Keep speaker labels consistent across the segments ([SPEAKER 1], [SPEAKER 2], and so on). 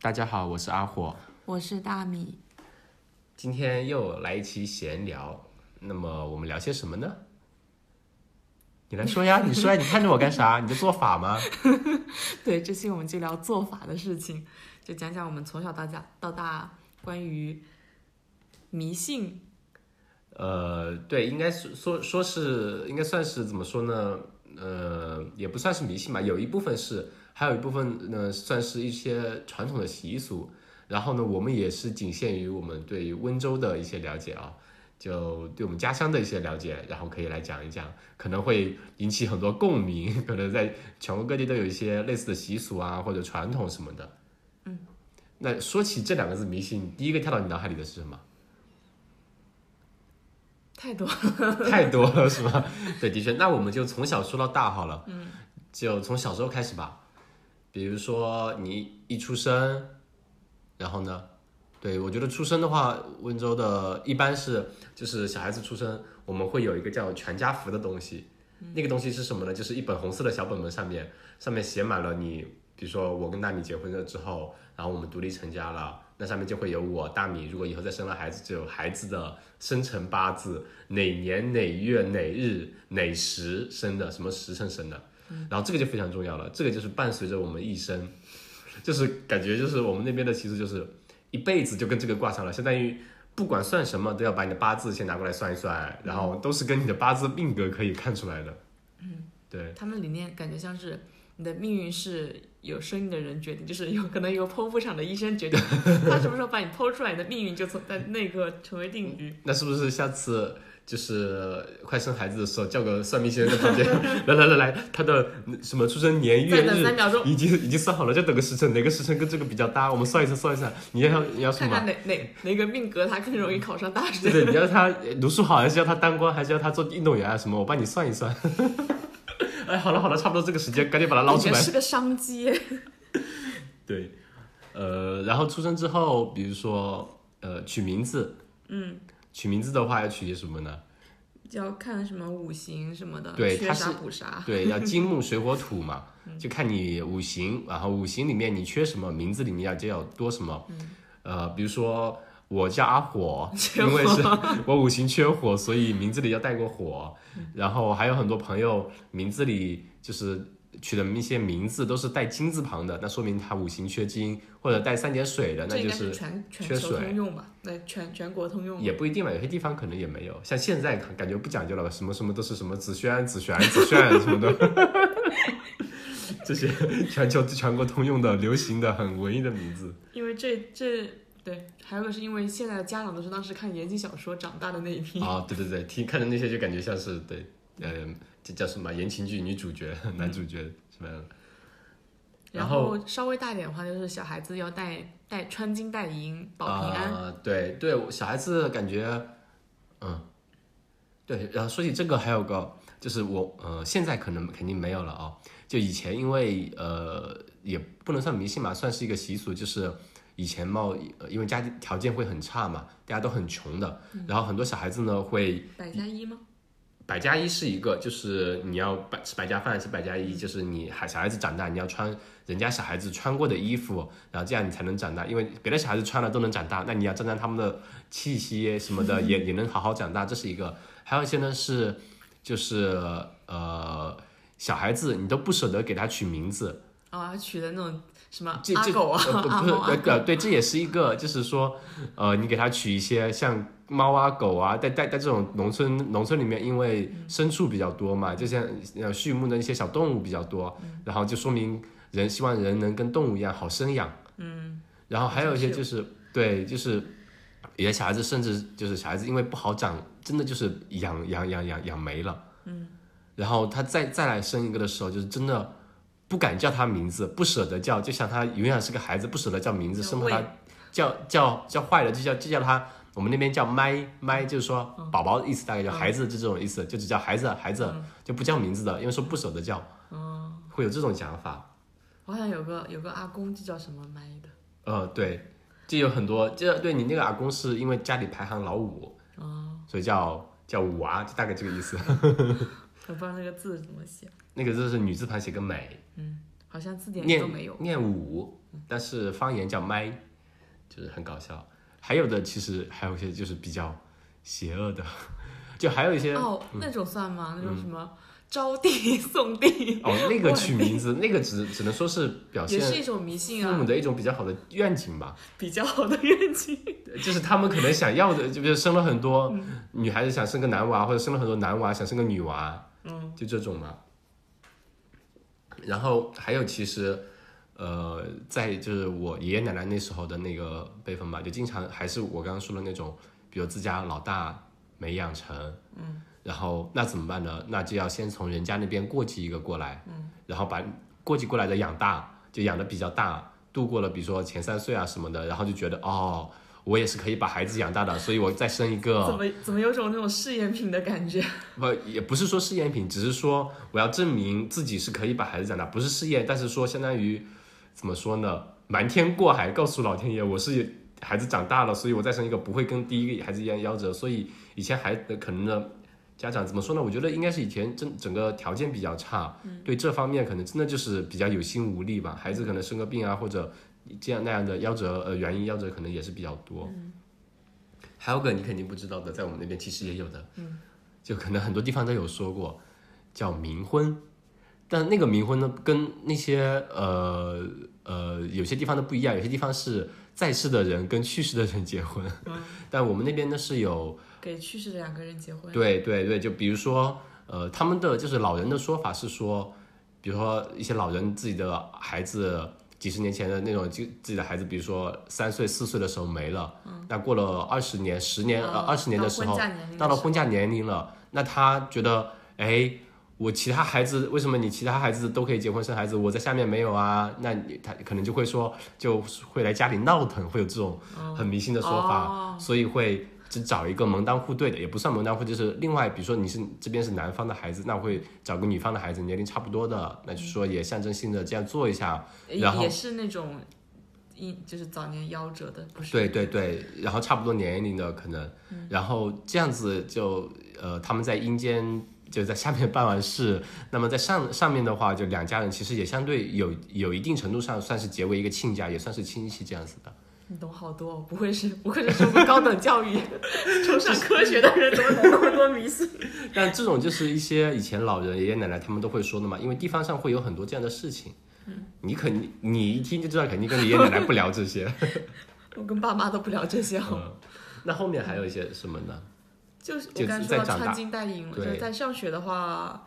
[SPEAKER 1] 大家好，我是阿火。
[SPEAKER 2] 我是大米，
[SPEAKER 1] 今天又来一期闲聊，那么我们聊些什么呢？你来说 呀，你说呀，你看着我干啥？你在做法吗？
[SPEAKER 2] 对，这期我们就聊做法的事情，就讲讲我们从小到大到大关于迷信，
[SPEAKER 1] 呃，对，应该是说说是应该算是怎么说呢？呃，也不算是迷信吧，有一部分是，还有一部分呢，算是一些传统的习俗。然后呢，我们也是仅限于我们对于温州的一些了解啊，就对我们家乡的一些了解，然后可以来讲一讲，可能会引起很多共鸣，可能在全国各地都有一些类似的习俗啊或者传统什么的。嗯，那说起这两个字迷信，第一个跳到你脑海里的是什么？
[SPEAKER 2] 太多
[SPEAKER 1] 太多了是吧？ 对，的确，那我们就从小说到大好了，嗯，就从小时候开始吧。比如说你一出生，然后呢，对我觉得出生的话，温州的一般是就是小孩子出生，我们会有一个叫全家福的东西。那个东西是什么呢？就是一本红色的小本本，上面上面写满了你，比如说我跟大米结婚了之后，然后我们独立成家了，那上面就会有我大米，如果以后再生了孩子，就有孩子的生辰八字，哪年哪月哪日哪时生的，什么时辰生的，然后这个就非常重要了，这个就是伴随着我们一生，就是感觉就是我们那边的习俗就是一辈子就跟这个挂上了，相当于。不管算什么，都要把你的八字先拿过来算一算，然后都是跟你的八字命格可以看出来的。嗯，对，
[SPEAKER 2] 他们理念感觉像是你的命运是由生你的人决定，就是有可能由剖腹产的医 生决定他什么时候把你剖出来，你的命运就从在那个成为定局。
[SPEAKER 1] 那是不是下次就是快生孩子的时候叫个算命先生在旁边？ 来来来来，他的什么出生年月
[SPEAKER 2] 再等
[SPEAKER 1] 日
[SPEAKER 2] 三秒钟，
[SPEAKER 1] 已经已经算好了，就等个时辰，哪个时辰跟这个比较搭，我们算一算算一算。你要你要什
[SPEAKER 2] 看
[SPEAKER 1] 么？
[SPEAKER 2] 看哪哪哪个命格他更容易考上大学
[SPEAKER 1] 对。对，你要他读书好，还是要他当官，还是要他做运动员啊什么？我帮你算一算。 哎，好了好了，差不多这个时间，赶紧把它捞
[SPEAKER 2] 感
[SPEAKER 1] 出
[SPEAKER 2] 觉
[SPEAKER 1] 来。
[SPEAKER 2] 是个商机，
[SPEAKER 1] 对，呃，然后出生之后，比如说呃取名字，嗯，取名字的话要取些什么呢？
[SPEAKER 2] 要看什么五行什么的，
[SPEAKER 1] 对
[SPEAKER 2] 缺
[SPEAKER 1] 它是
[SPEAKER 2] 啥补啥。
[SPEAKER 1] 对，要金 木水火土嘛，就看你五行，然后五行里面你缺什么，名字里面要就要多什么。呃，比如说我叫阿火，
[SPEAKER 2] 嗯 缺
[SPEAKER 1] 因为是 我五行缺火，所以名字里要带个火。
[SPEAKER 2] 嗯
[SPEAKER 1] 然后还有很多朋友名字里就是取的一些名字都是带金字旁的，那说明他五行缺金，或者带三点水的，
[SPEAKER 2] 这
[SPEAKER 1] 那
[SPEAKER 2] 应
[SPEAKER 1] 就
[SPEAKER 2] 该
[SPEAKER 1] 是
[SPEAKER 2] 是全
[SPEAKER 1] 缺
[SPEAKER 2] 全球
[SPEAKER 1] 水
[SPEAKER 2] 通用吧？那全全国通用。
[SPEAKER 1] 也不一定吧，有些地方可能也没有。像现在感觉不讲究了，什么什么都是什么紫萱、紫璇、紫炫什么的，这些全球全国通用的、流行的、很文艺的名 字。
[SPEAKER 2] 因为这这对，还有个是因为现在的家长都是当时看言情小说长大的那一批，
[SPEAKER 1] 啊，对对对，听看着那些就感觉像是对，呃，这叫什么言情剧女主角、男主角什么样的。然
[SPEAKER 2] 然
[SPEAKER 1] 后
[SPEAKER 2] 后稍微大一点的话，就是小孩子要带带穿金戴银保平安。
[SPEAKER 1] 啊对对，我小孩子感觉，嗯，对。然后说起这个，还有个就是我呃，现在可能肯定没有了啊、就以前因为呃，也不能算迷信嘛，算是一个习俗，就是以前嘛，呃因为家庭条件会很差嘛，大家都很穷的，
[SPEAKER 2] 嗯
[SPEAKER 1] 然后很多小孩子呢会
[SPEAKER 2] 百家衣吗？
[SPEAKER 1] 百家衣是一个，就是你要百吃百家饭，吃百家衣，就是你孩小孩子长大，你要穿人家小孩子穿过的衣服，然后这样你才能长大，因为别的小孩子穿了都能长大，那你要沾沾他们的气息什么的，也也能好好长大，这是一个。还有一些呢是，就是呃，小孩子你都不舍得给他取名字，
[SPEAKER 2] 啊，取的那种什么
[SPEAKER 1] 这
[SPEAKER 2] 阿
[SPEAKER 1] 这
[SPEAKER 2] 狗啊、
[SPEAKER 1] 呃不
[SPEAKER 2] 阿
[SPEAKER 1] 不是
[SPEAKER 2] 猫啊
[SPEAKER 1] 呃，对对，这也是一个，就是说，呃，你给它取一些像猫啊、狗啊，在在在这种农村农村里面，因为牲畜比较多嘛，就像呃畜牧的一些小动物比较多，
[SPEAKER 2] 嗯
[SPEAKER 1] 然后就说明人希望人能跟动物一样好生养。嗯。然后还有一些就是对，就是有些小孩子甚至就是小孩子因为不好长，真的就是养养养养养没了。嗯。然后他再再来生一个的时候，就是真的。不敢叫他名字，不舍得叫，就像他永远是个孩子，不舍得叫名字，
[SPEAKER 2] 叫
[SPEAKER 1] 生怕
[SPEAKER 2] 喂
[SPEAKER 1] 他叫叫叫坏了，就叫就叫他，我们那边叫麦麦，就是说宝宝的意思，大概叫孩子，就这种意思，就只叫孩子孩子，就不叫名字的，因为说不舍得叫，会有这种讲法。
[SPEAKER 2] 我好像有个有个阿公，就叫什么麦的，
[SPEAKER 1] 呃，对，就有很多，这对你那个阿公是因为家里排行老五，所以叫叫五娃，就大概这个意思。
[SPEAKER 2] 我不知道那个字怎么写。
[SPEAKER 1] 那个字是女字旁写个美，
[SPEAKER 2] 好像字典里
[SPEAKER 1] 念
[SPEAKER 2] 都没有。
[SPEAKER 1] 念五，但是方言叫麦，就是很搞笑。还有的其实还有一些就是比较邪恶的， 就还有一些哦嗯
[SPEAKER 2] 哦，那种算吗？那种什么招娣 送娣，
[SPEAKER 1] 哦那个取名字，那个只只能说是表
[SPEAKER 2] 也是
[SPEAKER 1] 现
[SPEAKER 2] 一种迷信
[SPEAKER 1] 父母
[SPEAKER 2] 啊，
[SPEAKER 1] 的一种比较好的愿景吧。
[SPEAKER 2] 比较好的愿景。
[SPEAKER 1] 就是他们可能想要的，就比如生了很多
[SPEAKER 2] 嗯
[SPEAKER 1] 女孩子想生个男娃，或者生了很多男娃想生个女娃，嗯，就这种嘛。然后还有其实，呃，在就是我爷爷奶奶那时候的那个辈分吧，就经常还是我刚刚说的那种，比如自家老大没养成，嗯，然后那怎么办呢？那就要先从人家那边过继一个过来，嗯，然后把过继过来的养大，就养的比较大，度过了比如说前三岁啊什么的，然后就觉得哦，我也是可以把孩子养大的，所以我再生一个，
[SPEAKER 2] 怎么怎么有种那种试验品的感觉？
[SPEAKER 1] 不，也不是说试验品，只是说我要证明自己是可以把孩子养大，不是试验，但是说相当于怎么说呢？瞒天过海，告诉老天爷我是孩子长大了，所以我再生一个不会跟第一个孩子一样夭折。所以以前孩子可能呢，家长怎么说呢？我觉得应该是以前整整个条件比较差，对这方面可能真的就是比较有心无力吧。孩子可能生个病啊，或者这样那样的夭折，呃，原因夭折可能也是比较多。还有个你肯定不知道的，在我们那边其实也有的，就可能很多地方都有说过，叫冥婚。但那个冥婚呢，跟那些呃呃有些地方的不一样，有些地方是在世的人跟去世的人结婚，
[SPEAKER 2] 嗯
[SPEAKER 1] 但我们那边呢是有
[SPEAKER 2] 给去世的两个人结婚，
[SPEAKER 1] 对对对，就比如说呃他们的就是老人的说法是说，比如说一些老人自己的孩子几十年前的那种就自己的孩子，比如说三岁四岁的时候没了，那过了二十年十年呃
[SPEAKER 2] 嗯啊
[SPEAKER 1] 二十年的时候
[SPEAKER 2] 到婚嫁年龄的
[SPEAKER 1] 到了
[SPEAKER 2] 时候
[SPEAKER 1] 婚嫁年龄了，那他觉得，哎，我其他孩子为什么你其他孩子都可以结婚生孩子，我在下面没有啊？那你他可能就会说，就会来家里闹腾，会有这种很迷信的说法，
[SPEAKER 2] 哦
[SPEAKER 1] 所以会只找一个门当户对的，也不算门当户对，就是另外，比如说你是这边是男方的孩子，那我会找个女方的孩子，年龄差不多的，那就说也象征性的这样做一下，
[SPEAKER 2] 也
[SPEAKER 1] 然后
[SPEAKER 2] 也是那种一就是早年夭折的，不是？嗯
[SPEAKER 1] 对对对，然后差不多年龄的可能， 然后这样子就呃他们在阴间就在下面办完事，那么在上上面的话，就两家人其实也相对有有一定程度上算是结为一个亲家，也算是亲戚这样子的。
[SPEAKER 2] 你懂好多、哦，不会是不愧是受过高等教育、 崇尚科学的人，怎么懂那么多迷信？
[SPEAKER 1] 但这种就是一些以前老人爷爷奶奶他们都会说的嘛，因为地方上会有很多这样的事情。
[SPEAKER 2] 嗯
[SPEAKER 1] 你肯定，你一听就知道，肯定跟爷爷奶奶不聊这些。
[SPEAKER 2] 我跟爸妈都不聊这些哦。
[SPEAKER 1] 嗯，那后面还有一些什么呢？
[SPEAKER 2] 就是
[SPEAKER 1] 就
[SPEAKER 2] 我刚才
[SPEAKER 1] 是在
[SPEAKER 2] 说到
[SPEAKER 1] 长大
[SPEAKER 2] 穿金戴银了，就
[SPEAKER 1] 对
[SPEAKER 2] 是在上学的话，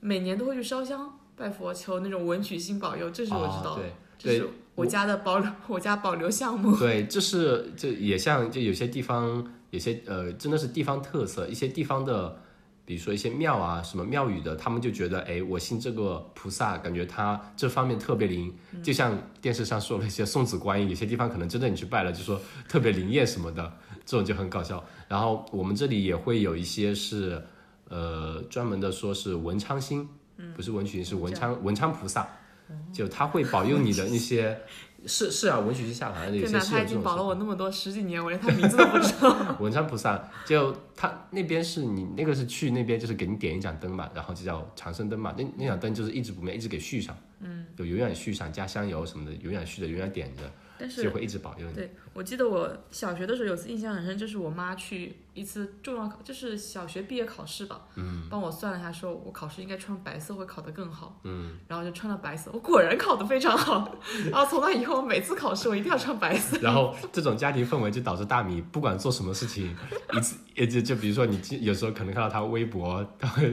[SPEAKER 2] 每年都会去烧香拜佛，求那种文曲星保佑，这是我知道
[SPEAKER 1] 哦
[SPEAKER 2] 的。
[SPEAKER 1] 对
[SPEAKER 2] 这是
[SPEAKER 1] 对
[SPEAKER 2] 我家的保留，我家保留项目。
[SPEAKER 1] 对，就是就也像就有些地方，有些呃，真的是地方特色，一些地方的，比如说一些庙啊，什么庙宇的，他们就觉得，哎，我信这个菩萨，感觉他这方面特别灵。
[SPEAKER 2] 嗯
[SPEAKER 1] 就像电视上说了一些送子观音，有些地方可能真的你去拜了，就说特别灵验什么的，这种就很搞笑。然后我们这里也会有一些是，呃，专门的说是文昌星，
[SPEAKER 2] 嗯
[SPEAKER 1] 不是文曲星，是文昌文昌菩萨。就他会保佑你的那 些，是是啊，文曲星下凡有
[SPEAKER 2] 天
[SPEAKER 1] 些
[SPEAKER 2] 哪，
[SPEAKER 1] 是
[SPEAKER 2] 他
[SPEAKER 1] 有
[SPEAKER 2] 已
[SPEAKER 1] 这
[SPEAKER 2] 经
[SPEAKER 1] 种
[SPEAKER 2] 保了我那么多十几年，我 连他名字都不知道。
[SPEAKER 1] 文昌菩萨，就他那边是你那个是去那边就是给你点一盏灯嘛，然后就叫长生灯嘛，那那盏灯就是一直不灭，一直给续上，嗯，就永远续上，加香油什么的，永远续着，永远点着，
[SPEAKER 2] 但是
[SPEAKER 1] 就会一直保佑你。
[SPEAKER 2] 对，我记得我小学的时候有次印象很深，就是我妈去一次重要考，就是小学毕业考试吧，嗯，帮我算了一下，说我考试应该穿白色会考得更好，嗯，然后就穿了白色，我果然考得非常好，然后从那以后，我每次考试我一定要穿白色，
[SPEAKER 1] 然后这种家庭氛围就导致大米不管做什么事情，一次也就就比如说你今有时候可能看到他微博，他会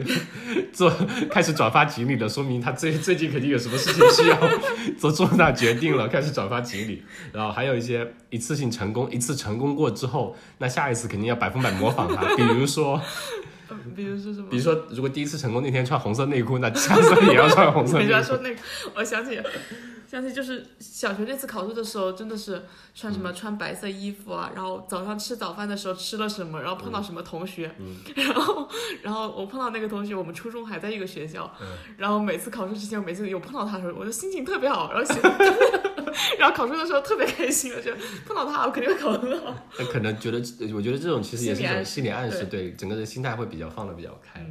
[SPEAKER 1] 做开始转发锦鲤了，说明他最最近肯定有什么事情需要做重大决定了，开始转发锦鲤。然后还有一些一次性成功，一次成功过之后，那下一次肯定要百分百模仿他。比如说，
[SPEAKER 2] 呃比如说什么
[SPEAKER 1] 比。如说如果第一次成功那天穿红色内裤，那下次也要穿 红色
[SPEAKER 2] 人
[SPEAKER 1] 内
[SPEAKER 2] 家
[SPEAKER 1] 裤。
[SPEAKER 2] 说那个，我想起，想起就是小学那次考试的时候，真的是穿
[SPEAKER 1] 嗯
[SPEAKER 2] 什么穿白色衣服啊，然后早上吃早饭的时候吃了什么，然后碰
[SPEAKER 1] 嗯
[SPEAKER 2] 到什么同学， 然后然后我碰到那个同学，我们初中还在一个学校，
[SPEAKER 1] 嗯
[SPEAKER 2] 然后每次考试之前，我每次有碰到他的时候，我就心 情特别好，然 后写然后考试的时候特别开心，我觉得碰到他我肯定会考得很好。
[SPEAKER 1] 那可能觉得，我觉得这种其实也是一种心理暗
[SPEAKER 2] 心理暗示，
[SPEAKER 1] 示，对嗯整个人心态会比较放得比较开。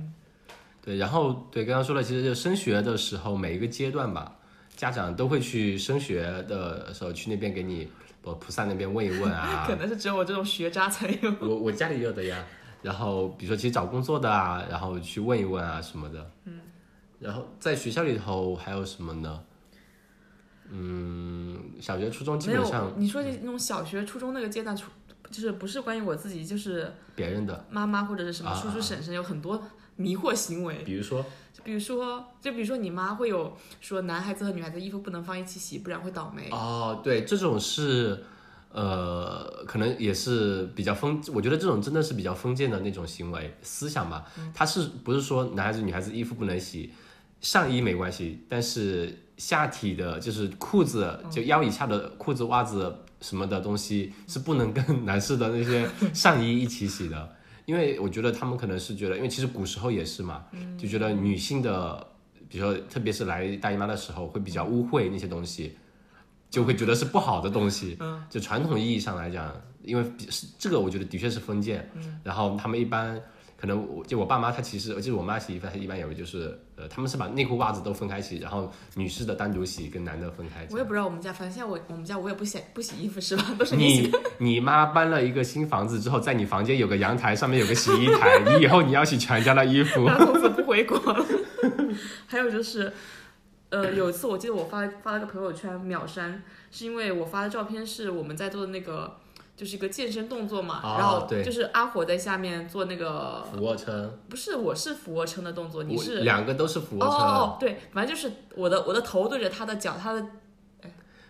[SPEAKER 1] 对，然后对刚刚说了，其实就升学的时候每一个阶段吧，家长都会去升学的时候去那边给你，不菩萨那边问一问啊
[SPEAKER 2] 可能是只有我这种学渣才有。
[SPEAKER 1] 我我家里也有的呀。然后比如说其实找工作的啊，然后去问一问啊什么的。嗯。然后在学校里头还有什么呢？嗯，小学、初中基
[SPEAKER 2] 没
[SPEAKER 1] 本
[SPEAKER 2] 有
[SPEAKER 1] 上，
[SPEAKER 2] 你说的那种小学、初中那个阶段，除就是不是关于我自己，就是
[SPEAKER 1] 别人的，
[SPEAKER 2] 妈妈或者是什么
[SPEAKER 1] 啊
[SPEAKER 2] 叔叔婶婶有很多迷惑行为。
[SPEAKER 1] 比如说
[SPEAKER 2] 就比如说，就比如说你妈会有说男孩子和女孩子衣服不能放一起洗，不然会倒霉。
[SPEAKER 1] 哦，对，这种是呃，可能也是比较封，我觉得这种真的是比较封建的那种行为思想吧。
[SPEAKER 2] 嗯
[SPEAKER 1] 他是不是说男孩子女孩子衣服不能洗，上衣没关系，但是下体的就是裤子，
[SPEAKER 2] 嗯
[SPEAKER 1] 就腰以下的裤子、袜子什么的东西是不能跟 男士的那些上衣一起洗的。因为我觉得他们可能是觉得，因为其实古时候也是嘛，就觉得女性的，比如说特别是来大姨妈的时候，会比较污秽那些东西，就会觉得是不好的东西。嗯，就传统意义上来讲，因为比是这个，我觉得的确是封建。嗯，然后他们一般可能我就我爸妈他其实，就是我妈洗衣服，她一般也会就是呃，他们是把内裤袜子都分开洗，然后女士的单独洗，跟男的分开洗
[SPEAKER 2] 我也。不知道我们家，反正现在我我们家我也不洗不洗衣服是吧？ 都是你洗
[SPEAKER 1] 你 你妈搬了一个新房子之后，在你房间有个阳台，上面有个洗衣台，你以后你要洗全家的衣服。
[SPEAKER 2] 大公子不回国了。 还有就是，呃，有一次我记得我发发了个朋友圈秒删，是因为我发的照片是我们在做的那个，就是一个健身动作嘛，
[SPEAKER 1] 哦
[SPEAKER 2] 然后
[SPEAKER 1] 对
[SPEAKER 2] 就是阿火在下面做那个，
[SPEAKER 1] 呃俯卧撑，
[SPEAKER 2] 不是我是俯卧撑的动作，你
[SPEAKER 1] 我
[SPEAKER 2] 是
[SPEAKER 1] 两个都是俯
[SPEAKER 2] 哦
[SPEAKER 1] 卧撑，
[SPEAKER 2] 哦哦对，反正就是我的我的头对着他的脚，他的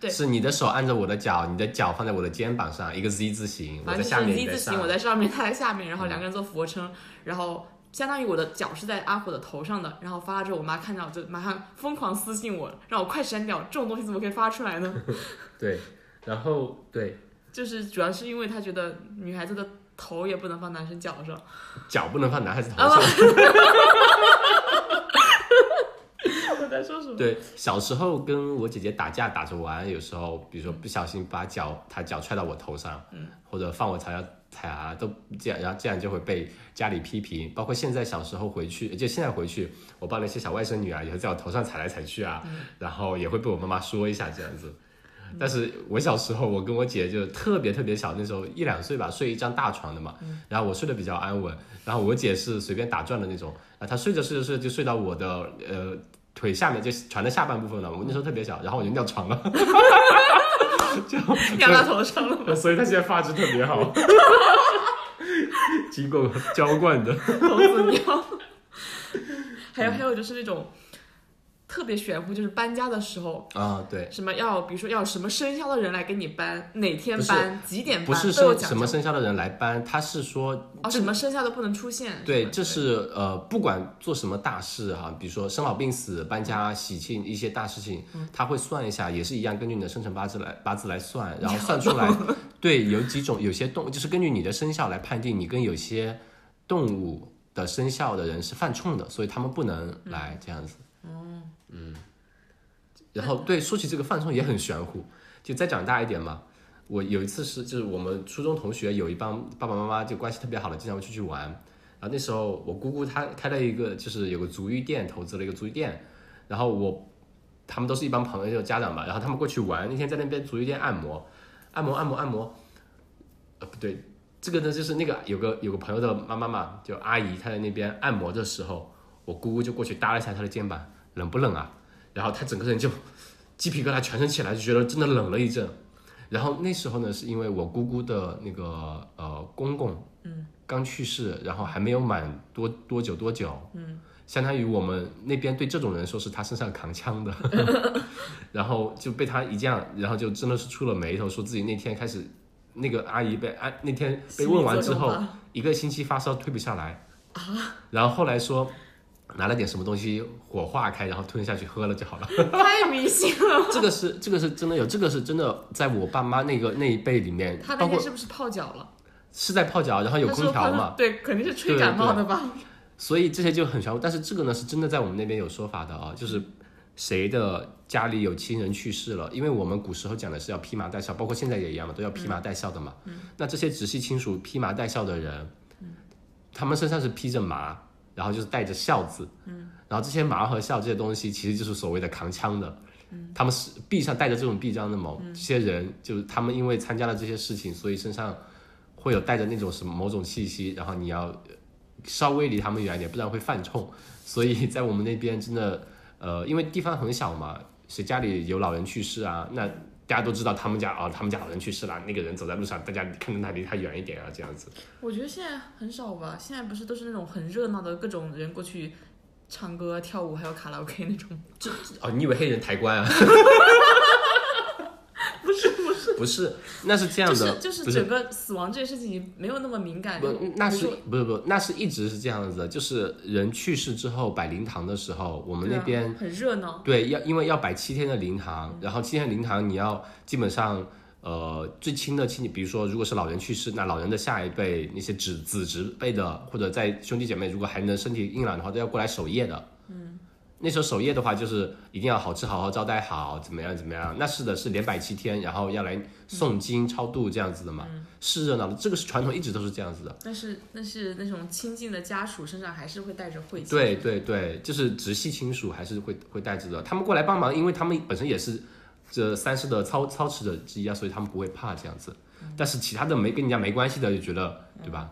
[SPEAKER 2] 对
[SPEAKER 1] 是你的手按着我的脚，你的脚放在我的肩膀上，一个 Z 字形，我
[SPEAKER 2] 反
[SPEAKER 1] 在
[SPEAKER 2] 正就
[SPEAKER 1] 下
[SPEAKER 2] 啊
[SPEAKER 1] 嗯
[SPEAKER 2] 是
[SPEAKER 1] 面，你
[SPEAKER 2] Z
[SPEAKER 1] 在
[SPEAKER 2] 字
[SPEAKER 1] 上
[SPEAKER 2] 形，我在上面，他在下面，然后两个人做俯卧撑，然后相当于我的脚是在阿火的头上的，然后发了之后，我妈看到就马上疯狂私信我，让我快删掉，这种东西怎么可以发出来呢？
[SPEAKER 1] 对，然后对
[SPEAKER 2] 就是主要是因为她觉得女孩子的头也不能放男生脚上，
[SPEAKER 1] 脚不能放男孩子头
[SPEAKER 2] 啊
[SPEAKER 1] 上。
[SPEAKER 2] 我在说什么？
[SPEAKER 1] 对，小时候跟我姐姐打架打着玩，有时候比如说不小心把脚她脚踹到我头上，嗯，或者放我踩到踩啊，都这样，然后这样就会被家里批评。包括现在小时候回去，就现在回去，我抱那些小外甥女啊，也会在我头上踩来踩去啊，然后也会被我妈妈说一下这样子。但是我小时候，我跟我姐就特别特别小，那时候一两岁吧，睡一张大床的嘛。然后我睡得比较安稳，然后我姐是随便打转的那种。然后她睡着睡着睡着就睡到我的呃腿下面，就船的下半部分了。我那时候特别小，然后我就尿床了，
[SPEAKER 2] 压到头上了。
[SPEAKER 1] 所以她现在发质特别好， 经过浇灌的。
[SPEAKER 2] 童子尿。 还有还有就是那种特别玄乎，就是搬家的时候，
[SPEAKER 1] 啊，对。
[SPEAKER 2] 什么要比如说要什么生肖的人来给你搬，哪天
[SPEAKER 1] 不是
[SPEAKER 2] 搬几点搬，
[SPEAKER 1] 不是
[SPEAKER 2] 都有
[SPEAKER 1] 生
[SPEAKER 2] 讲
[SPEAKER 1] 什
[SPEAKER 2] 究
[SPEAKER 1] 么生肖的人来搬，他是说
[SPEAKER 2] 哦，什么生肖都不能出现。
[SPEAKER 1] 对，
[SPEAKER 2] 什么
[SPEAKER 1] 这是呃，不管做什么大事哈、比如说生老病死、搬家、喜庆一些大事情，他会算一下，也是一样，根据你的生辰八字来八字来算，然后算出来，对，有几种有些动物就是根据你的生肖来判定你跟有些动物的生肖的人是犯冲的，所以他们不能来这样子。嗯，然后对，说起这个犯冲也很玄乎，就再长大一点嘛。我有一次是，就是我们初中同学有一帮爸爸妈妈就关系特别好的，经常会出去玩。然后那时候我姑姑她开了一个，就是有个足浴店，投资了一个足浴店。然后我他们都是一帮朋友家长吧，然后他们过去玩，那天在那边足浴店按摩，按摩按摩按摩，呃不对，这个呢就是那个有个有个朋友的妈妈嘛，就阿姨她在那边按摩的时候，我姑姑就过去搭了一下她的肩膀，冷不冷啊？然后她整个人就鸡皮疙瘩全身起来，就觉得真的冷了一阵。然后那时候呢，是因为我姑姑的那个呃公公
[SPEAKER 2] 嗯
[SPEAKER 1] 刚去世，然后还没有满多多久多久，嗯，相当于我们那边对这种人说是他身上扛枪的， 然后就被他一这样，然后就真的是出了眉头，说自己那天开始，那个阿姨被啊那天被问完之
[SPEAKER 2] 心理
[SPEAKER 1] 后
[SPEAKER 2] 作用，
[SPEAKER 1] 一个星期发烧退不下来啊，然后后来说拿了点什么东西火化开，然后吞下去喝了就好了。
[SPEAKER 2] 太迷信了。
[SPEAKER 1] 这个是这个是真的有，这个是真的，在我爸妈那个那一辈里面
[SPEAKER 2] 他，
[SPEAKER 1] 包
[SPEAKER 2] 那天
[SPEAKER 1] 括
[SPEAKER 2] 是不是泡脚了？
[SPEAKER 1] 是在泡脚，然后有
[SPEAKER 2] 他
[SPEAKER 1] 空
[SPEAKER 2] 说
[SPEAKER 1] 调
[SPEAKER 2] 泡
[SPEAKER 1] 嘛
[SPEAKER 2] 脚，对，肯定是吹感冒的吧？
[SPEAKER 1] 所以这些就很玄乎。但是这个呢，是真的在我们那边有说法的啊，就是谁的家里有亲人去世了，因为我们古时候讲的是要披麻戴孝，包括现在也一样嘛，都要披麻戴孝的嘛。那这些直系亲属披麻戴孝的人，他们身上是披着麻，然后就是带着孝字。然后这些麻和孝这些东西，其实就是所谓的扛枪的。他们是臂上带着这种臂章的某些人，就是他们因为参加了这些事情，所以身上会有带着那种什么某种气息，然后你要稍微离他们远一点，不然会犯冲。所以 在我们那边真的，呃，因为地方很小嘛，谁家里有老人去世啊，那大家都知道他们家哦，他们家老人去世了，那个人走在路上，大家看着他离他远一点啊，这样子。
[SPEAKER 2] 我觉得现在很少吧，现在不是都是那种很热闹的各种人过去唱歌、跳舞，还有卡拉 OK 那种。
[SPEAKER 1] 哦，你以为黑人抬棺啊？
[SPEAKER 2] 不是不是，
[SPEAKER 1] 不是，那是这样
[SPEAKER 2] 就
[SPEAKER 1] 的，
[SPEAKER 2] 是就
[SPEAKER 1] 不
[SPEAKER 2] 整个死亡这件事情没有那么敏感。
[SPEAKER 1] 不，那是
[SPEAKER 2] 比如说
[SPEAKER 1] 不是不是，那是一直是这样子的，就是人去世之后摆灵堂的时候，我们
[SPEAKER 2] 对
[SPEAKER 1] 那
[SPEAKER 2] 啊
[SPEAKER 1] 边
[SPEAKER 2] 很热闹，
[SPEAKER 1] 对,、要因为要摆七天的灵堂，然后七天的灵堂你要基本上呃最亲的亲戚，比如说如果是老人去世，那老人的下一辈那些子子侄辈的，或者在兄弟姐妹如果还能身体硬朗的话，都要过来守夜的。那时候守夜的话，就是一定要好吃好好招待好，怎么样怎么样？那是的，是连摆七天，然后要来诵经超度这样子的嘛，是热闹的，这个是传统，一直都是这样子的。
[SPEAKER 2] 但是但是那种亲近的家属身上还是会带着晦气。
[SPEAKER 1] 对对对，就是直系亲属还是会会带着的，他们过来帮忙，因为他们本身也是这三世的操操持者之一啊，所以他们不会怕这样子。但是其他的没跟人家没关系的，就觉得对吧？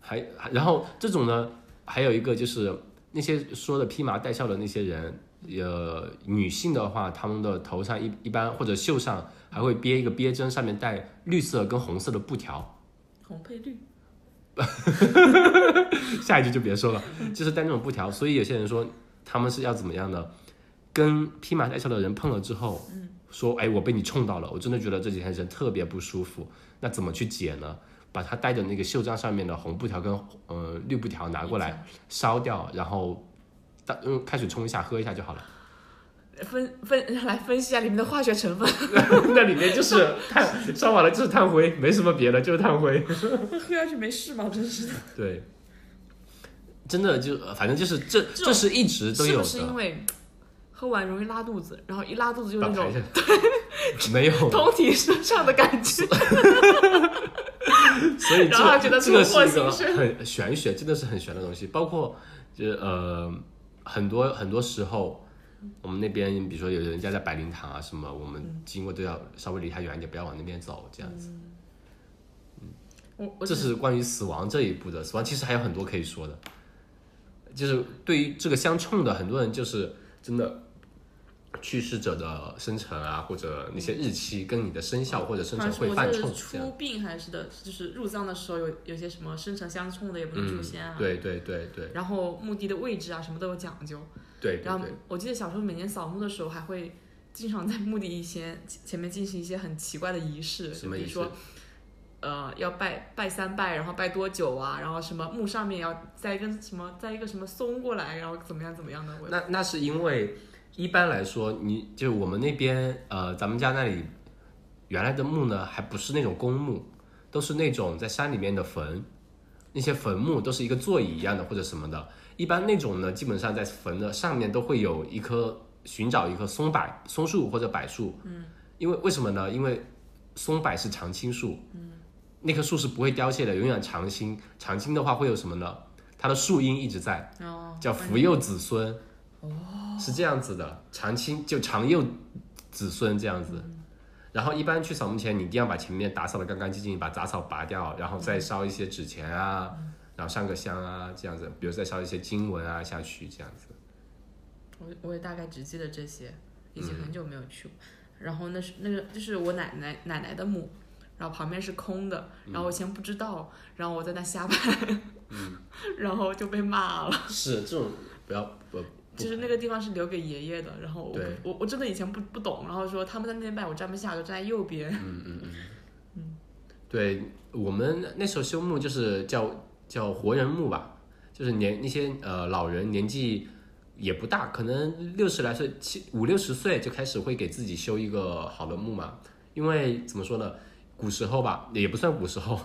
[SPEAKER 1] 还还然后这种呢，还有一个就是那些说的披麻戴孝的那些人，呃，女性的话，她们的头上一一般或者袖上还会别一个别针，上面带绿色跟红色的布条。
[SPEAKER 2] 红配绿，
[SPEAKER 1] 下一句就别说了，就是带那种布条。所以有些人说他们是要怎么样呢？跟披麻戴孝的人碰了之后，
[SPEAKER 2] 嗯
[SPEAKER 1] 说哎，我被你冲到了，我真的觉得这几天人特别不舒服。那怎么去解呢？把他带的那个袖章上面的红布条跟呃绿布条拿过来烧掉，然后当用开水冲一下，喝一下就 好了。
[SPEAKER 2] 分分 来分析一下里面的化学成分，
[SPEAKER 1] 那里面就是炭，烧完了就是炭灰，没什么别的，就是炭灰。
[SPEAKER 2] 喝下去没事吗？真是的。
[SPEAKER 1] 对，真的就呃反正就是这
[SPEAKER 2] 这
[SPEAKER 1] 这是一直都
[SPEAKER 2] 是
[SPEAKER 1] 有
[SPEAKER 2] 不
[SPEAKER 1] 的。
[SPEAKER 2] 是因为喝完容易拉肚子，然后一拉肚子就
[SPEAKER 1] 把
[SPEAKER 2] 那
[SPEAKER 1] 牌
[SPEAKER 2] 种
[SPEAKER 1] 下 没有，
[SPEAKER 2] 通体舒畅的感觉？
[SPEAKER 1] 所以
[SPEAKER 2] 然后他觉
[SPEAKER 1] 这
[SPEAKER 2] 得
[SPEAKER 1] 这个
[SPEAKER 2] 突破
[SPEAKER 1] 是一个
[SPEAKER 2] 新生
[SPEAKER 1] 很玄学，真的是很玄的东西。包括就是呃，很多很多时候，我们那边比如说有人家在摆灵堂啊什么，我
[SPEAKER 2] 嗯
[SPEAKER 1] 们经过都要稍微离他远一点，不要往那边走，这样子。
[SPEAKER 2] 我我
[SPEAKER 1] 这是关于死亡这一步的，死亡其实还有很多可以说的，就是对于这个相冲的，很多人就是真的。去世者的生辰啊，或者那些日期跟你的生肖或者生
[SPEAKER 2] 好像
[SPEAKER 1] 辰
[SPEAKER 2] 是
[SPEAKER 1] 会
[SPEAKER 2] 我
[SPEAKER 1] 犯
[SPEAKER 2] 这
[SPEAKER 1] 冲，这样
[SPEAKER 2] 出殡还是的，就是入葬的时候有有些什么生辰相冲的也不能出现啊。
[SPEAKER 1] 对对对嗯对
[SPEAKER 2] 然后墓地的位置啊，什么都有讲究。
[SPEAKER 1] 对对
[SPEAKER 2] 然后
[SPEAKER 1] 对，
[SPEAKER 2] 我记得小时候每年扫墓的时候，还会经常在墓地前前面进行一些很奇怪的仪式，
[SPEAKER 1] 什么
[SPEAKER 2] 就
[SPEAKER 1] 意
[SPEAKER 2] 比如
[SPEAKER 1] 思
[SPEAKER 2] 说？呃，要拜拜三拜，然后拜多久啊？然后什么墓上面要栽一根什么栽一个什么松过来，然后怎么样怎么样的？我
[SPEAKER 1] 那那是因为一般来说，你就我们那边呃，咱们家那里原来的墓呢，还不是那种公墓，都是那种在山里面的坟，那些坟墓都是一个座椅一样的或者什么的。一般那种呢，基本上在坟的上面都会有一棵寻找一棵松柏、松树或者柏树。嗯，因为为什么呢？因为松柏是常青树，嗯，那棵树是不会凋谢的，永远常青。常青的话会有什么呢？它的树荫一直在。
[SPEAKER 2] 哦，
[SPEAKER 1] 哎叫福佑子孙，哦，是这样子的，长青就长幼子孙这样子。
[SPEAKER 2] 嗯
[SPEAKER 1] 然后一般去扫墓前，你一定要把前面打扫的干干净净，把杂草拔掉，然后
[SPEAKER 2] 嗯
[SPEAKER 1] 再烧一些纸钱啊，然后上个香啊，这样子，比如再烧一些经文啊下去，这样子。
[SPEAKER 2] 我我也大概只记得这些，已经
[SPEAKER 1] 嗯
[SPEAKER 2] 很久没有去过。然后那是那个就是我奶奶奶奶的墓，然后旁边是空的，然
[SPEAKER 1] 嗯
[SPEAKER 2] 后我以前不知道，然后我在那瞎 拍，然后就被骂了。
[SPEAKER 1] 是这种不要不
[SPEAKER 2] 就是那个地方是留给爷爷的，然后我
[SPEAKER 1] 对
[SPEAKER 2] 我我真的以前不不懂，然后说他们在那边拜，我站不下，我就站在右边。
[SPEAKER 1] 对我们那时候修墓就是叫叫活人墓吧，就是年那些呃老人年纪也不大，可能六十来岁、七五六十岁就开始会给自己修一个好的墓嘛。因为怎么说呢，古时候吧，也不算古时候，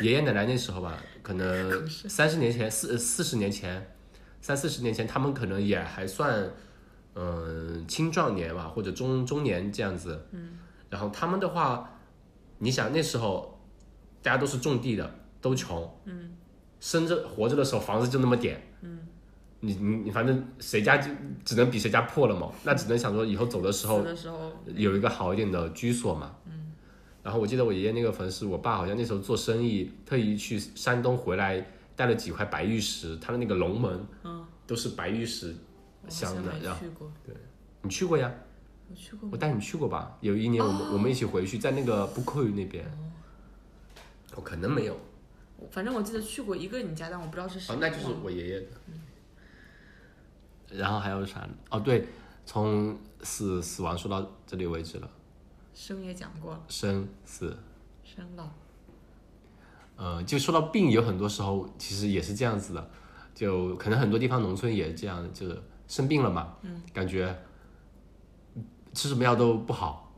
[SPEAKER 1] 爷爷奶奶那时候吧，可能三十年前、四四十年前、三四十年前，他们可能也还算嗯、青壮年吧，或者中中年这样子。嗯。然后他们的话，你想那时候大家都是种地的，都穷，嗯，生着活着的时候房子就那么点，嗯，你你你反正谁家就只能比谁家破了嘛，那只能想说以后走的时候
[SPEAKER 2] 死的时候，
[SPEAKER 1] 有一个好一点的居所嘛。嗯。然后我记得我爷爷那个坟是我爸好像那时候做生意，特意去山东回来带了几块白玉石，他的那个龙门
[SPEAKER 2] 嗯，哦
[SPEAKER 1] 都是白玉石
[SPEAKER 2] 我好
[SPEAKER 1] 镶
[SPEAKER 2] 像
[SPEAKER 1] 的。
[SPEAKER 2] 没
[SPEAKER 1] 然后
[SPEAKER 2] 去过，
[SPEAKER 1] 你去过呀？
[SPEAKER 2] 我去过吗
[SPEAKER 1] 我带你去过吧？有一年我们、我们一起回去，在那个布库那边。
[SPEAKER 2] 哦
[SPEAKER 1] 我可能没有。
[SPEAKER 2] 我反正我记得去过一个你家，但我不知道是嗯谁。
[SPEAKER 1] 哦，那就是我爷爷的。然后还有啥？哦，对，从死死亡说到这里为止了，
[SPEAKER 2] 生也讲过了，
[SPEAKER 1] 生死，
[SPEAKER 2] 生老
[SPEAKER 1] 呃，就说到病，有很多时候其实也是这样子的，就可能很多地方农村也这样，就是生病了嘛，嗯，感觉吃什么药都不好，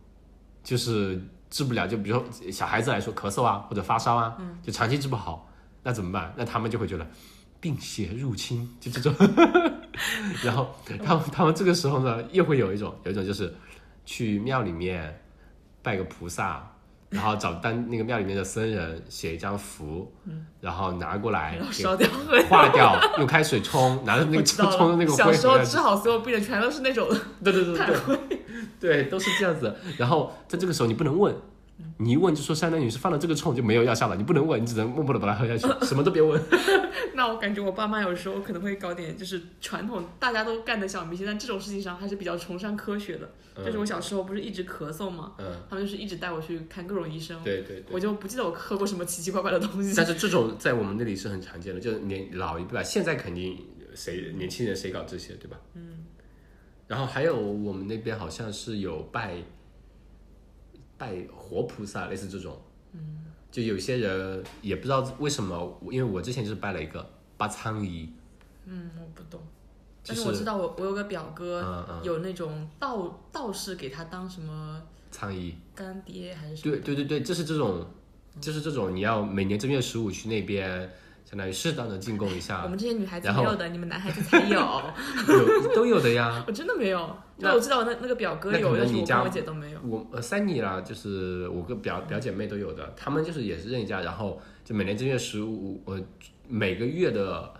[SPEAKER 1] 就是治不了，就比如说小孩子来说咳嗽啊或者发烧啊，嗯，就长期治不好，那怎么办？那他们就会觉得病邪入侵，就这种， 然后他们他们这个时候呢，又会有一种有一种就是去庙里面拜个菩萨，然后找当那个庙里面的僧人写一张符，然后拿过来
[SPEAKER 2] 然后
[SPEAKER 1] 给
[SPEAKER 2] 烧掉灰。
[SPEAKER 1] 化掉，用开水 冲，拿着那
[SPEAKER 2] 我
[SPEAKER 1] 个
[SPEAKER 2] 知
[SPEAKER 1] 冲
[SPEAKER 2] 道了
[SPEAKER 1] 冲的那个
[SPEAKER 2] 小
[SPEAKER 1] 灰
[SPEAKER 2] 时
[SPEAKER 1] 回
[SPEAKER 2] 候
[SPEAKER 1] 来
[SPEAKER 2] 治好所有病的全都是那种
[SPEAKER 1] 对对对对，对，都是这样子的。然后在这个时候你不能问，你一问就说山丹女士犯了这个冲就没有药效了，你不能问，你只能默默的把它喝下 去，什么都别问。
[SPEAKER 2] 那我感觉我爸妈有时候可能会搞点就是传统大家都干的小迷信，但这种事情上还是比较崇尚科学的。就是我小时候不是一直咳嗽吗？
[SPEAKER 1] 嗯，
[SPEAKER 2] 他们就是一直带我去看各种医生，
[SPEAKER 1] 对对
[SPEAKER 2] 我就不记得我喝过什么奇奇怪怪的东西。
[SPEAKER 1] 但是这种在我们那里是很常见的，就是年老一辈吧，现在肯定谁年轻人谁搞这些，对吧？嗯。然后还有我们那边好像是有拜拜活菩萨，类似这种。嗯。就有些人也不知道为什么，因为我之前就是拜了一个八苍姨，
[SPEAKER 2] 嗯，我不懂。
[SPEAKER 1] 就
[SPEAKER 2] 但
[SPEAKER 1] 是
[SPEAKER 2] 是我知道我我有个表哥、
[SPEAKER 1] 嗯嗯，
[SPEAKER 2] 有那种道道士给他当什么
[SPEAKER 1] 苍姨。
[SPEAKER 2] 干爹还是什么
[SPEAKER 1] 对，对对对，就是这种，就是这种，你要每年正月十五去那边，相当于适当的进贡一
[SPEAKER 2] 我
[SPEAKER 1] 下，
[SPEAKER 2] 们这些女孩子
[SPEAKER 1] 然后
[SPEAKER 2] 没有的，你们男孩子才 有。
[SPEAKER 1] 有都有的呀。
[SPEAKER 2] 我真的没有，
[SPEAKER 1] 啊那
[SPEAKER 2] 那我知道我那那个表哥
[SPEAKER 1] 那可
[SPEAKER 2] 有，
[SPEAKER 1] 能
[SPEAKER 2] 但是
[SPEAKER 1] 你
[SPEAKER 2] 我
[SPEAKER 1] 家
[SPEAKER 2] 跟我姐都没有。
[SPEAKER 1] 我呃三姨啦，就是我跟表表姐妹都有的，她们就是也是认一家，然后就每年正月十五，呃，每个月的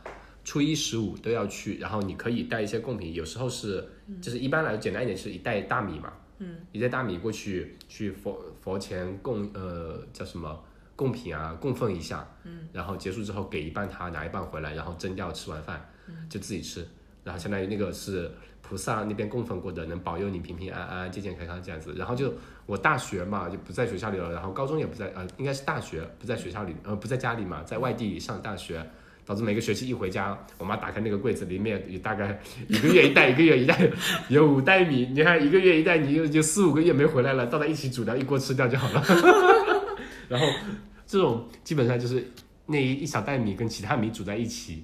[SPEAKER 1] 初一十五都要去，然后你可以带一些贡品，有时候是就是一般来简单一点是一袋大米嘛，嗯，一袋大米过去去佛佛前供呃叫什么贡品啊供奉一下，嗯，然后结束之后给一半他拿一半回来，然后蒸掉吃完饭就自己吃，然后相当于那个是菩萨那边供奉过的，能保佑你平平安安、健健康康这样子。然后就我大学嘛，就不在学校里了，然后高中也不在，呃，应该是大学不在学校里，呃，不在家里嘛，在外地上大学，导致每个学期一回家，我妈打开那个柜子，里面有大概一个月一袋，一个月一袋，有五袋米。你看一个月一袋，你就就四五个月没回来了，倒在一起煮掉，一锅吃掉就好了。 然后这种基本上就是那一一小袋米跟其他米煮在一起，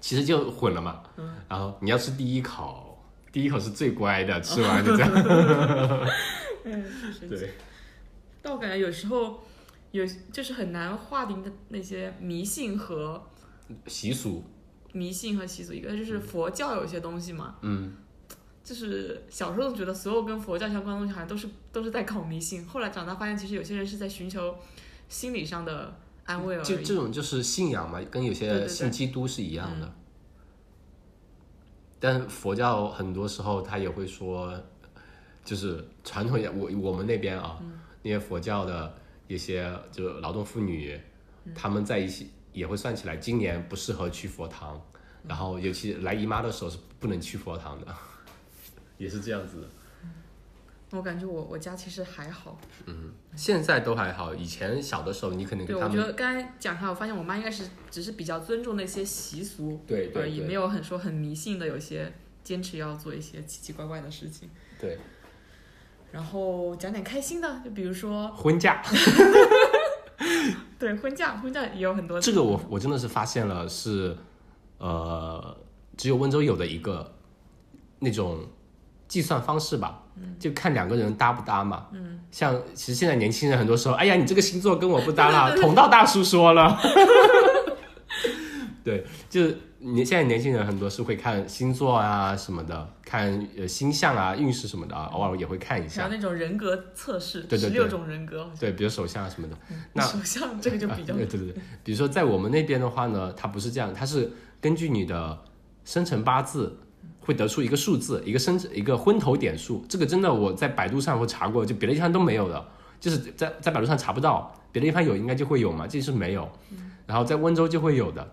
[SPEAKER 1] 其实就混了嘛。然后你要吃第一口，第一口是最乖的，吃完就这 样。
[SPEAKER 2] 嗯神奇
[SPEAKER 1] 对，
[SPEAKER 2] 但我感觉有时候有就是很难划定的那些迷信和
[SPEAKER 1] 习俗，
[SPEAKER 2] 迷信和习俗，一个就是佛教有一些东西嘛，
[SPEAKER 1] 嗯，
[SPEAKER 2] 就是小时候总觉得所有跟佛教相关的东西好像都是都是在搞迷信，后来长大发现其实有些人是在寻求心理上的安慰而
[SPEAKER 1] 就
[SPEAKER 2] 已。
[SPEAKER 1] 这种就是信仰嘛，跟有
[SPEAKER 2] 对对
[SPEAKER 1] 些
[SPEAKER 2] 对
[SPEAKER 1] 信基督是一样的。
[SPEAKER 2] 嗯
[SPEAKER 1] 但佛教很多时候他也会说，就是传统也我我们那边啊，
[SPEAKER 2] 嗯
[SPEAKER 1] 那些佛教的一些就是劳动妇女，她们在一起也会算起来，今年不适合去佛堂，然后尤其来姨妈的时候是不能去佛堂的， 也是这样子的。
[SPEAKER 2] 我感觉我我家其实还好，
[SPEAKER 1] 现在都还好，以前小的时候你可能
[SPEAKER 2] 对
[SPEAKER 1] 跟他
[SPEAKER 2] 我觉
[SPEAKER 1] 们
[SPEAKER 2] 得刚才讲一下，我发现我妈应该是只是比较尊重那些习俗
[SPEAKER 1] 对
[SPEAKER 2] 而
[SPEAKER 1] 对
[SPEAKER 2] 已，
[SPEAKER 1] 对
[SPEAKER 2] 没有很说很迷信的，有些坚持要做一些奇奇怪怪的事情。
[SPEAKER 1] 对
[SPEAKER 2] 然后讲点开心的，就比如说
[SPEAKER 1] 婚嫁，
[SPEAKER 2] 对婚嫁，婚嫁也有很多
[SPEAKER 1] 这个我我真的是发现了是，呃，只有温州有的一个那种计算方式吧，
[SPEAKER 2] 嗯
[SPEAKER 1] 就看两个人搭不搭嘛。嗯，像其实现在年轻人很多时候，哎呀，你这个星座跟我不搭 啦，同道大叔说了。 对，就是年现在年轻人很多是会看星座啊什么的，看呃星象啊运势什么的啊，偶尔也会看一
[SPEAKER 2] 还有
[SPEAKER 1] 下。
[SPEAKER 2] 那种人格测试，
[SPEAKER 1] 对对
[SPEAKER 2] 十
[SPEAKER 1] 对
[SPEAKER 2] 六种人格，
[SPEAKER 1] 对，比如手相啊什么的。那
[SPEAKER 2] 首相 哦这个就比较
[SPEAKER 1] 啊对对对，比如说在我们那边的话呢，它不是这样，它是根据你的生辰八字会得出一个数字，一个生一个昏头点数。这个真的我在百度上我查过，就别的地方都没有的，就是在在百度上查不到，别的地方有应该就会有嘛，这是没有。然后在温州就会有的，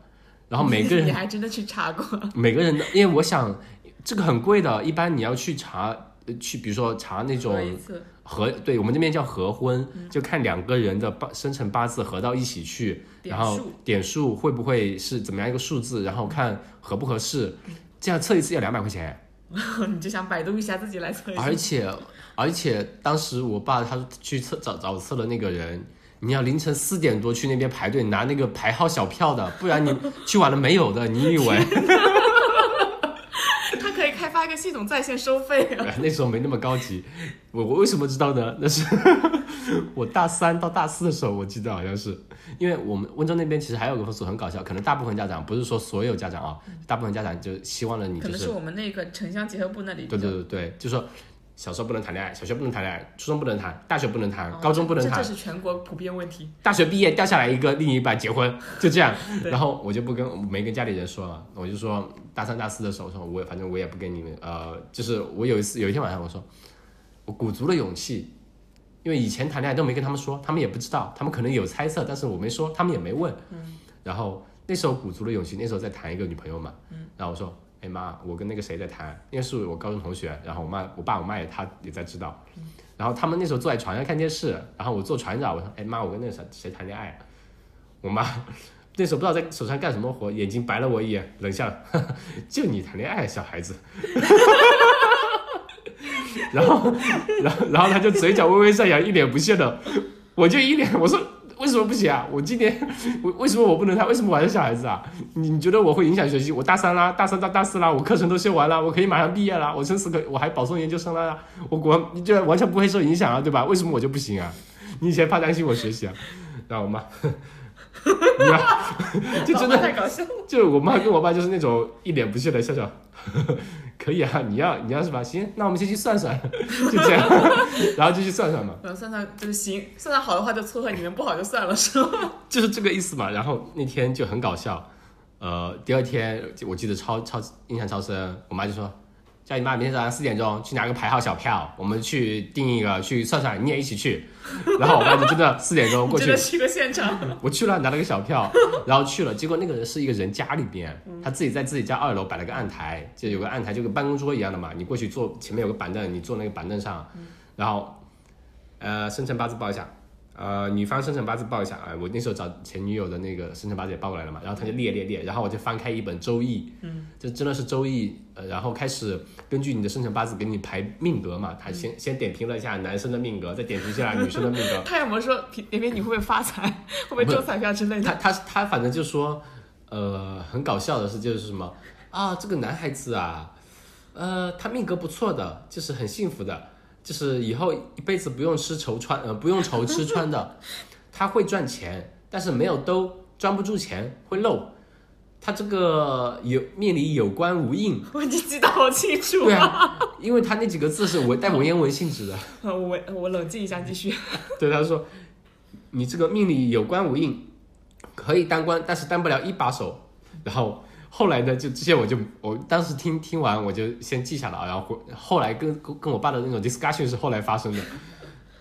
[SPEAKER 1] 然后每个人
[SPEAKER 2] 你还真的去查过？
[SPEAKER 1] 每个人的，因为我想这个很贵的，一般你要去查呃去，比如说查那种
[SPEAKER 2] 喝一次，
[SPEAKER 1] 合，对我们这边叫合婚，就看两个人的八生辰八字合到一起去，
[SPEAKER 2] 点
[SPEAKER 1] 然后
[SPEAKER 2] 数
[SPEAKER 1] 点数会不会是怎么样一个数字，然后看合不合适，这样测一次要两百块钱，
[SPEAKER 2] 你就想百度一下自己来测一下
[SPEAKER 1] 而且而且当时我爸他去测找找测的那个人。你要凌晨四点多去那边排队拿那个排号小票的，不然你 去晚了没有的。你以为
[SPEAKER 2] 他可以开发一个系统在线收费啊。
[SPEAKER 1] 那时候没那么高级？我我为什么知道呢？那是 我大三到大四的时候，我记得好像是，因为我们温州那边其实还有个风俗很搞笑，可能大部分家长不是说所有家长啊，大部分家长就希望了你
[SPEAKER 2] 可
[SPEAKER 1] 就
[SPEAKER 2] 能是我们那个城乡结合部那里
[SPEAKER 1] 对
[SPEAKER 2] 比较，
[SPEAKER 1] 对对对，就说小时候不能谈恋爱，小学不能谈恋爱，初中不能谈，大学不能谈，
[SPEAKER 2] 哦
[SPEAKER 1] 啊高中不能
[SPEAKER 2] 这
[SPEAKER 1] 谈
[SPEAKER 2] 这，是全国普遍问 题。。
[SPEAKER 1] 大学毕业掉下来一个另一半结婚，就这样
[SPEAKER 2] 对
[SPEAKER 1] 然后我就不跟没跟家里人说了，我就说大三大四的时候，我说我也反正我也不跟你们，呃，就是我有一次有一天晚上我说，我鼓足了勇气，因为以前谈恋爱都没跟他们说，他们也不知道，他们可能有猜测，但是我没说，他们也没问。然后那时候鼓足了勇气，那时候在谈一个女朋友嘛，然后我说。哎妈，我跟那个谁在谈，因为是我高中同学，然后我妈、我爸、我妈也他也在知道，然后他们那时候坐在床上看电视，然后我坐船长，我说：“哎妈，我跟那个谁谁谈恋爱、啊。”我妈 那时候不知道在手上干什么活，眼睛白了我一眼，冷笑了：“就你谈恋爱，小孩子。” 然后，然后，然后他就嘴角微微上扬，一脸不屑的，我就一脸我说。为什么不行啊？我今年我为什么我不能谈？为什么我还是小孩子啊？你你觉得我会影响学习？我大三啦，大三到大四啦，我课程都修完了，我可以马上毕业啦，我甚至可我还保送研究生啦，我果你这完全不会受影响啊，对吧？为什么我就不行啊？你以前怕担心我学习啊？ 然后我妈，你妈 就真
[SPEAKER 2] 老妈
[SPEAKER 1] 的
[SPEAKER 2] 太搞笑了。
[SPEAKER 1] 就是我妈跟我爸就是那种一脸不屑的笑笑， 可以啊，你要你要是吧，行，那我们先去算 算，就这样，然后就去算算嘛。
[SPEAKER 2] 然嗯后算算就是行，算算好的话就撮合你们，不好就算了，是吧？
[SPEAKER 1] 就是这个意思嘛。然后那天就很搞笑，呃，第二天我记得超超印象超深，我妈就说叫你妈明天早上四点钟去拿个排号小票，我们去订一个去算算，你也一起去。然后我妈就真的四点钟
[SPEAKER 2] 你
[SPEAKER 1] 过嗯
[SPEAKER 2] 真
[SPEAKER 1] 去
[SPEAKER 2] 的，去个现场，
[SPEAKER 1] 我去了拿了个小票， 然后去了，结果那个人是一个人家里边，他自己在自己家二楼摆了个案台，就有个案台，就跟办公桌一样的嘛，你过去坐，前面有个板凳，你坐那个板凳上，然后，呃，生辰八字报一下，呃，女方生辰八字报一下，哎、我那时候找前女友的那个生辰八字也报过来了嘛，然后他就列列列，然后我就翻开一本《周易》，嗯，这真的是《周易》，呃，然后开始根据你的生辰八字给你排命格嘛，他先先点评了一下男生的命格，再点评一下女生的命格，
[SPEAKER 2] 他有没有说评点评你会不会发财，会不会中彩票之类的？
[SPEAKER 1] 哎他他他反正就说，呃，很搞笑的是就是什么啊，这个男孩子啊，呃，他命格不错的，就是很幸福的，就是以后一辈子不用吃愁穿，呃，不用愁吃穿的，他会赚钱，但是没有兜，赚不住钱会漏，他这个有命里有官无印，
[SPEAKER 2] 我已经记得好清楚
[SPEAKER 1] 对
[SPEAKER 2] 了。
[SPEAKER 1] 啊，因为他那几个字是文带文言文性质的。
[SPEAKER 2] 我嗯我我冷静一下，继续。
[SPEAKER 1] 对他说：“你这个命里有官无印，可以当官，但是当不了一把手。”然后后来呢，就这些我就我当时听听完我就先记下了，然后回后来跟跟跟我爸的那种 discussion 是后来发生的。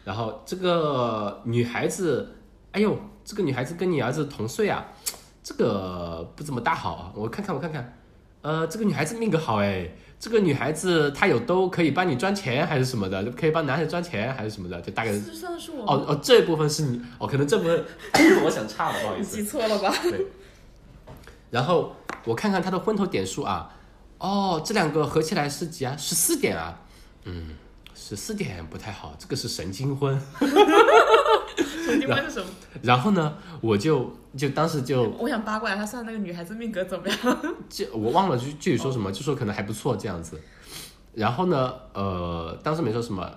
[SPEAKER 1] 然后这个女孩子，哎呦，这个女孩子跟你儿子同岁啊，这个不怎么大好啊。我看看，我看看，呃，这个女孩子命格好哎，这个女孩子她有兜可以帮你赚钱还是什么的，可以帮男孩子赚钱还是什么的，就大概是
[SPEAKER 2] 事实上是我，
[SPEAKER 1] 哦哦，这部分是你哦，可能这部 分我想差了，不好意
[SPEAKER 2] 你
[SPEAKER 1] 思。
[SPEAKER 2] 记错了吧？
[SPEAKER 1] 对，然后我看看他的昏头点数啊，哦，这两个合起来是几啊？十四点啊，嗯，十四点不太好，这个是神经昏。
[SPEAKER 2] 神经婚是 什么？
[SPEAKER 1] 然后呢，我就就当时就
[SPEAKER 2] 我想八卦一下，他算那个女孩子命格怎么 样？
[SPEAKER 1] 这我忘了具具体说什么，就说可能还不错这样子。然后呢，呃，当时没说什么，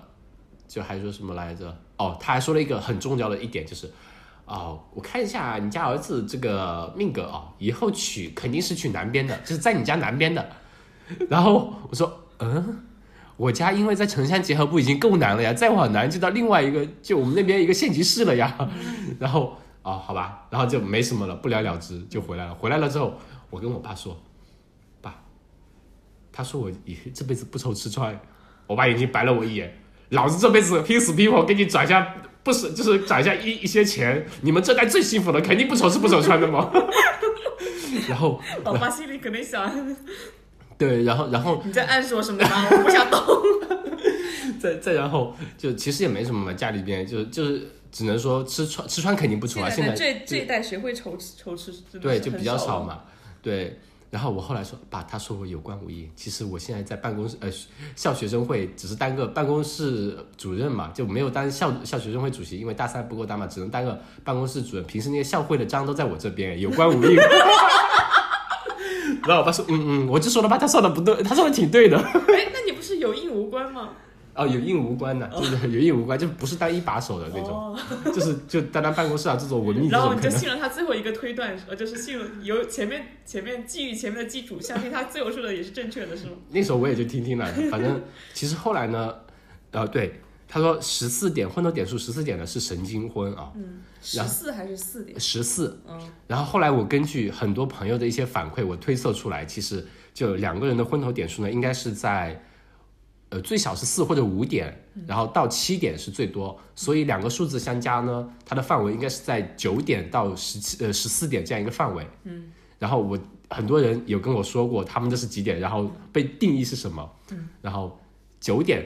[SPEAKER 1] 就还说什么来着？哦，他还说了一个很重要的一点，就是，哦，我看一下你家儿子这个命格哦，以后娶肯定是娶南边的，就是在你家南边的。然后我说，嗯，我家因为在城乡结合部已经够难了呀，再往南就到另外一个，就我们那边一个县级市了呀。然后，哦，好吧，然后就没什么了，不了了之就回来了。回来了之后，我跟我爸说，爸，他说我以这辈子不愁吃穿，我爸眼睛白了我一眼，老子这辈子拼死拼活给你攒下，不是就是攒下一一些钱，你们这代最幸福了，肯定不愁吃不愁穿的 嘛。然后
[SPEAKER 2] 老爸心里肯定想，
[SPEAKER 1] 对，然后然 后
[SPEAKER 2] 你在暗示我什么呢？我不想懂。
[SPEAKER 1] 再再然后就其实也没什么嘛，家里边就是就是只能说吃穿吃穿肯定不愁啊，现在
[SPEAKER 2] 这这一代谁会愁吃愁吃？真的
[SPEAKER 1] 对
[SPEAKER 2] 是
[SPEAKER 1] 就
[SPEAKER 2] 很
[SPEAKER 1] 比较少
[SPEAKER 2] 了。
[SPEAKER 1] 嘛，对。然后我后来说，爸，他说我有关无益。其实我现在在办公室，呃，校学生会只是当个办公室主任嘛，就没有当校校学生会主席，因为大三不够当嘛，只能当个办公室主任。平时那些校会的章都在我这边，有关无益。 然后我爸说，嗯嗯，我就说了吧，他说的不对，他说的挺对的。
[SPEAKER 2] 哎，那你不是有应无关吗？
[SPEAKER 1] 哦，有应无关的，就是有应无关，就不是当一把手的那种，
[SPEAKER 2] 哦，
[SPEAKER 1] 就是就当当办公室啊这种文秘这
[SPEAKER 2] 然后
[SPEAKER 1] 种
[SPEAKER 2] 你
[SPEAKER 1] 可
[SPEAKER 2] 就
[SPEAKER 1] 能。
[SPEAKER 2] 信了他最后一个推断，呃，就是信了由前面前面基于前面的基础，相信他最后说的也是正确的，是吗？
[SPEAKER 1] 那时候我也就听听了，反正其实后来呢，呃，对，他说十四点婚后点数十四点的是神经婚啊，
[SPEAKER 2] 嗯，十
[SPEAKER 1] 然后
[SPEAKER 2] 四还是四点？
[SPEAKER 1] 十四。
[SPEAKER 2] 嗯，
[SPEAKER 1] 然后后来我根据很多朋友的一些反馈，我推测出来，其实就两个人的婚头点数呢，应该是在。呃，最少是四或者五点，然后到七点是最多，所以两个数字相加呢，它的范围应该是在九点到十七呃十四点这样一个范围。嗯，然后我很多人有跟我说过，他们这是几点，然后被定义是什么。嗯，然后九点，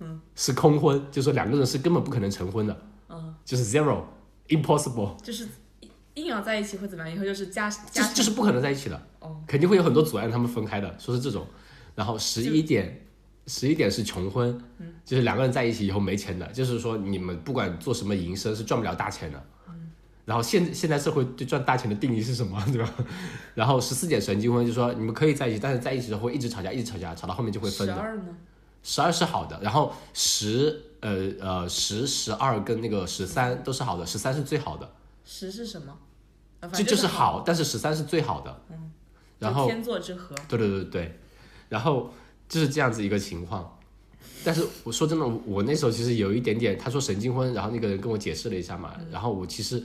[SPEAKER 1] 嗯，是空婚，就说两个人是根本不可能成婚的。嗯，就是 zero impossible。
[SPEAKER 2] 就是硬硬要在一起会怎么样？以后就是加
[SPEAKER 1] 就
[SPEAKER 2] 加
[SPEAKER 1] 是就是不可能在一起的，
[SPEAKER 2] 哦
[SPEAKER 1] 肯定会有很多阻碍让他们分开的，说是这种。然后十一点，十一点是穷婚，
[SPEAKER 2] 嗯
[SPEAKER 1] 就是两个人在一起以后没钱的，就是说你们不管做什么营生是赚不了大钱的。
[SPEAKER 2] 嗯
[SPEAKER 1] 然后现现在社会对赚大钱的定义是什么，对吧？ 然后十四点神经婚就说你们可以在一起，但是在一起的时候会一直吵架，一直吵架，吵到后面就会分
[SPEAKER 2] 十
[SPEAKER 1] 的。
[SPEAKER 2] 二呢？
[SPEAKER 1] 十二是好的，然后十呃呃十十二跟那个十三都是好的，十三是最好的，
[SPEAKER 2] 十是什么？啊
[SPEAKER 1] 这
[SPEAKER 2] 反正
[SPEAKER 1] 就是
[SPEAKER 2] 是好，
[SPEAKER 1] 好，但是十三是最好的。嗯，然
[SPEAKER 2] 就
[SPEAKER 1] 后
[SPEAKER 2] 天作之合。
[SPEAKER 1] 对对对对，然后就是这样子一个情况。但是我说真的，我我那时候其实有一点点，他说神经婚，然后那个人跟我解释了一下嘛，
[SPEAKER 2] 嗯
[SPEAKER 1] 然后我其实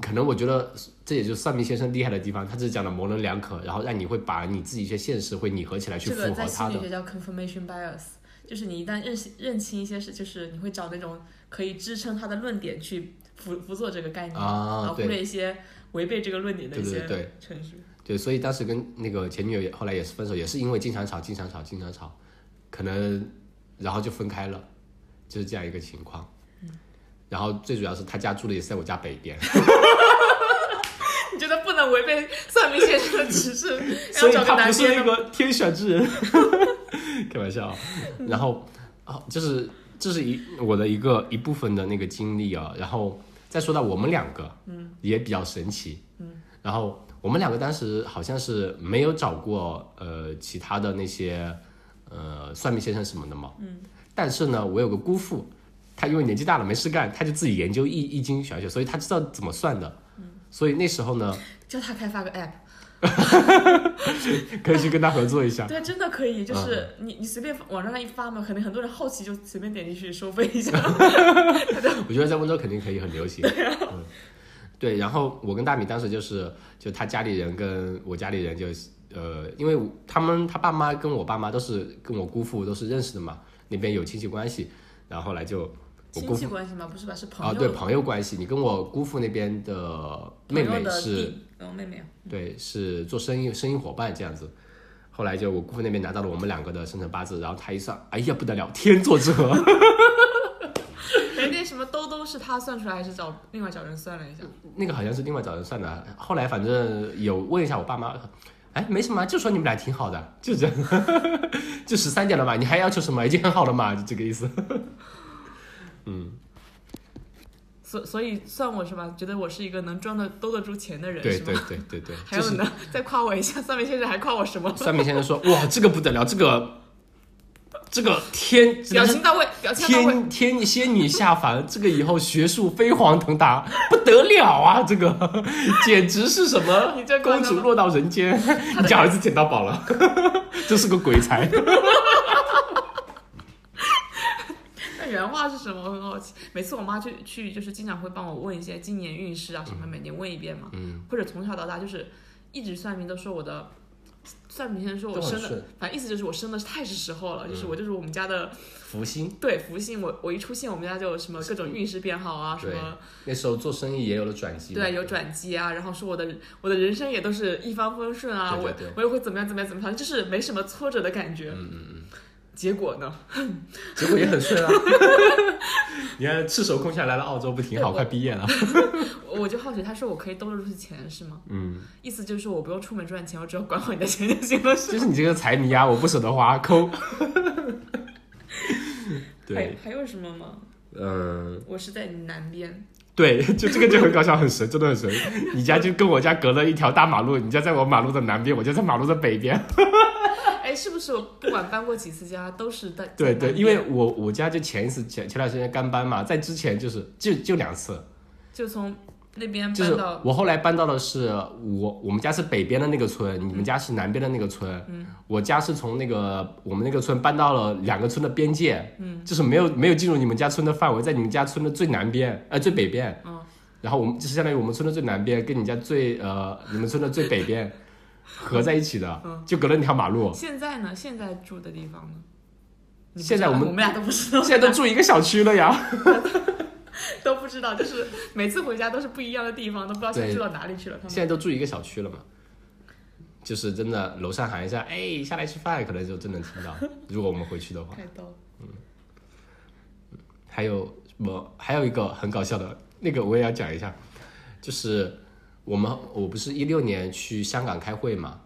[SPEAKER 1] 可能我觉得这也就是算命先生厉害的地方，他只是讲的模棱两可，然后让你会把你自己一些现实会拟合起来去
[SPEAKER 2] 这
[SPEAKER 1] 符
[SPEAKER 2] 个
[SPEAKER 1] 合
[SPEAKER 2] 在
[SPEAKER 1] 他
[SPEAKER 2] 心理
[SPEAKER 1] 的。
[SPEAKER 2] 学叫 confirmation bias，就是你一旦认识认清一些事，就是你会找那种可以支撑他的论点去辅辅佐这个概念，
[SPEAKER 1] 啊
[SPEAKER 2] 然后忽
[SPEAKER 1] 对
[SPEAKER 2] 略一些违背这个论点的一
[SPEAKER 1] 对
[SPEAKER 2] 些
[SPEAKER 1] 对对
[SPEAKER 2] 陈述。
[SPEAKER 1] 对，所以当时跟那个前女友也后来也是分手，也是因为经常吵、经常吵、经常吵，可能然后就分开了，就是这样一个情况。然后最主要是他家住的也是在我家北边，
[SPEAKER 2] 你觉得不能违背算命先生的 指示，
[SPEAKER 1] 所
[SPEAKER 2] 要
[SPEAKER 1] 以
[SPEAKER 2] 找个
[SPEAKER 1] 他
[SPEAKER 2] 男
[SPEAKER 1] 不是
[SPEAKER 2] 生
[SPEAKER 1] 那
[SPEAKER 2] 的
[SPEAKER 1] 个天选之人， 开玩笑啊。
[SPEAKER 2] 嗯
[SPEAKER 1] 然后啊，就是这是一我的一个一部分的那个经历啊。然后再说到我们两个，嗯，也比较神奇，嗯。然后我们两个当时好像是没有找过呃其他的那些呃算命先生什么的嘛，嗯。但是呢，我有个姑父，他因为年纪大了没事干，他就自己研究易易经玄学，所以他知道怎么算的。
[SPEAKER 2] 嗯
[SPEAKER 1] 所以那时候呢，
[SPEAKER 2] 叫他开发个
[SPEAKER 1] 啊
[SPEAKER 2] app，
[SPEAKER 1] 可以去跟他合作一下。
[SPEAKER 2] 对，真的可以，
[SPEAKER 1] 啊
[SPEAKER 2] 就是你你随便网上一发嘛，可能很多人好奇就随便点进去收费一下。
[SPEAKER 1] 我觉得在温州肯定可以很流 行。
[SPEAKER 2] 啊
[SPEAKER 1] 嗯，对。然后我跟大米当时就是，就他家里人跟我家里人就，呃，因为他们他爸妈跟我爸妈都是跟我姑父都是认识的嘛，那边有亲戚关系。然后后来就我
[SPEAKER 2] 亲
[SPEAKER 1] 姑
[SPEAKER 2] 戚关系嘛，不是吧？是朋
[SPEAKER 1] 啊，
[SPEAKER 2] 友
[SPEAKER 1] 对朋友关系，你跟我姑父那边的妹
[SPEAKER 2] 朋
[SPEAKER 1] 妹
[SPEAKER 2] 友的
[SPEAKER 1] 是
[SPEAKER 2] 弟，嗯，妹 妹啊，
[SPEAKER 1] 对，是做生意生意伙伴这样子。后来就我姑父那边拿到了我们两个的生辰八字，然后他一算，哎呀不得了，天作之合。
[SPEAKER 2] 哎，那什么兜兜是他算出来还是找另外找人算了一下？
[SPEAKER 1] 那个好像是另外找人算的，后来反正有问一下我爸妈，哎，没什么啊，就说你们俩挺好的，就这样， 就十三点了嘛，你还要求什么？已经很好了嘛，就这个意 思。
[SPEAKER 2] 所所以算我是吧？觉得我是一个能装的兜得住钱的人，
[SPEAKER 1] 对
[SPEAKER 2] 是吗？
[SPEAKER 1] 对对对对，
[SPEAKER 2] 还
[SPEAKER 1] 就
[SPEAKER 2] 有
[SPEAKER 1] 是
[SPEAKER 2] 呢，再夸我一下，算命先生还夸我 什么？
[SPEAKER 1] 算命先生说，哇，这个不得了，这个这个天，
[SPEAKER 2] 表情到位，表情到位，
[SPEAKER 1] 天天仙女下凡，这个以后学术飞黄腾达不得了啊！这个简直是什么
[SPEAKER 2] 你这
[SPEAKER 1] 公
[SPEAKER 2] 关了
[SPEAKER 1] 主
[SPEAKER 2] 吗
[SPEAKER 1] 落到人间，你家儿子捡到宝了， 这是个鬼才。
[SPEAKER 2] 那原话是什么？我很好奇。每次我妈去去，就是经常会帮我问一些
[SPEAKER 1] 嗯
[SPEAKER 2] 今年运势啊什么，每年问一遍嘛。嗯。或者从小到大就是一直算命，都说我的算命先生说我
[SPEAKER 1] 都很
[SPEAKER 2] 生的
[SPEAKER 1] 顺，嗯
[SPEAKER 2] 反正意思就是我生的太是时候了，就是我就是我们家的
[SPEAKER 1] 福星
[SPEAKER 2] 对福星，我我一出现我们家就有什么各种运势变好啊，什
[SPEAKER 1] 对
[SPEAKER 2] 么
[SPEAKER 1] 那时候做生意也有了转机嘛，
[SPEAKER 2] 对有转机啊，然后说我的我的人生也都是一帆风顺啊，
[SPEAKER 1] 对对
[SPEAKER 2] 我
[SPEAKER 1] 对
[SPEAKER 2] 我也会怎么样怎么样怎么样，反正就是没什么挫折的感觉。嗯嗯嗯。结果呢？
[SPEAKER 1] 结果也很 顺啊。你看，赤手空拳来了澳洲，不挺好？快毕业了。
[SPEAKER 2] 我我就好奇，他说我可以兜得住钱是吗？
[SPEAKER 1] 嗯，
[SPEAKER 2] 意思就是说我不用出门赚钱，我只要管好你的钱就行了，是
[SPEAKER 1] 就是你这个财迷啊，我不舍得花，抠。
[SPEAKER 2] 还
[SPEAKER 1] 对，
[SPEAKER 2] 还有什么吗？
[SPEAKER 1] 嗯，
[SPEAKER 2] 我是在南边，
[SPEAKER 1] 对，就这个就很搞笑，很神，真的很神。你家就跟我家隔了一条大马路，你家在我马路的南边，我家在马路的北 边。
[SPEAKER 2] 哎，是不是我不管搬过几次家都是在
[SPEAKER 1] 对
[SPEAKER 2] 在南
[SPEAKER 1] 对，
[SPEAKER 2] 边
[SPEAKER 1] 因为我我家就前一次前前段时间刚搬嘛，在之前就是就就两次，
[SPEAKER 2] 就从那边
[SPEAKER 1] 就是
[SPEAKER 2] 搬到
[SPEAKER 1] 我后来搬到的是我我们家是北边的那个村，你们家是南边的那个村。嗯，我家是从那个我们那个村搬到了两个村的边界。嗯，就是没有没有进入你们家村的范围，在你们家村的最南边，呃最北边。
[SPEAKER 2] 嗯，
[SPEAKER 1] 然后我们就是相当于我们村的最南边跟你家最呃你们村的最北边 合在一起的，
[SPEAKER 2] 嗯
[SPEAKER 1] 就隔了那条马路。
[SPEAKER 2] 现在呢？现在住的地方呢？你不
[SPEAKER 1] 现在
[SPEAKER 2] 知道
[SPEAKER 1] 我们
[SPEAKER 2] 我们俩都不知道，
[SPEAKER 1] 现在都住一个小区了呀。
[SPEAKER 2] 都不知道，就是每次回家都是不一样的地方，都不知道现在
[SPEAKER 1] 对
[SPEAKER 2] 住到哪里去了。他
[SPEAKER 1] 现在
[SPEAKER 2] 们
[SPEAKER 1] 都住一个小区了嘛，就是真的楼上喊一下，哎，下来吃饭，可能就真能听到。如果我们回去的话。
[SPEAKER 2] 太逗了，
[SPEAKER 1] 还有什么？还有一个很搞笑的，那个我也要讲一下，就是我们我不是一六年去香港开会嘛，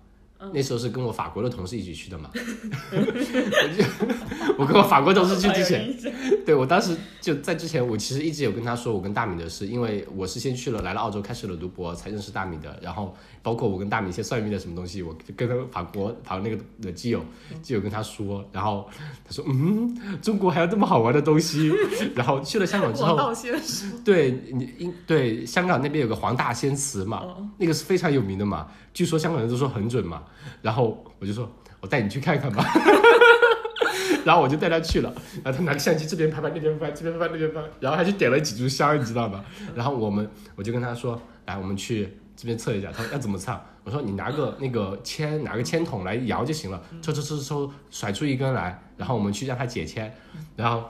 [SPEAKER 1] 那时候是跟我法国的同事一起去的嘛， 我就我跟我法国同事去之前，
[SPEAKER 2] 前，
[SPEAKER 1] 对我当时就在之前，我其实一直有跟他说我跟大米的事，因为我是先去了来了澳洲，开始了读博，才认识大米的。然后包括我跟大米一些算命的什么东西，我跟他法国法国那个的基友就有跟他说，然后他说嗯，中国还有这么好玩的东西。 然后去了香港之
[SPEAKER 2] 王
[SPEAKER 1] 后，
[SPEAKER 2] 道先生，
[SPEAKER 1] 对你应对香港那边有个黄大仙祠嘛，那个是非常有名的嘛，据说香港人都说很准嘛。然后我就说，我带你去看看吧。 然后我就带他去了，然后他拿个相机这边拍拍那边拍，这边拍拍那边拍，然后还去点了几炷香，你知道吗？然后我们我就跟他说，来，我们去这边测一下。他说要怎么测？我说你拿个那个铅，拿个铅筒来摇就行了，抽抽抽抽抽，甩出一根来，然后我们去让他解签，然后。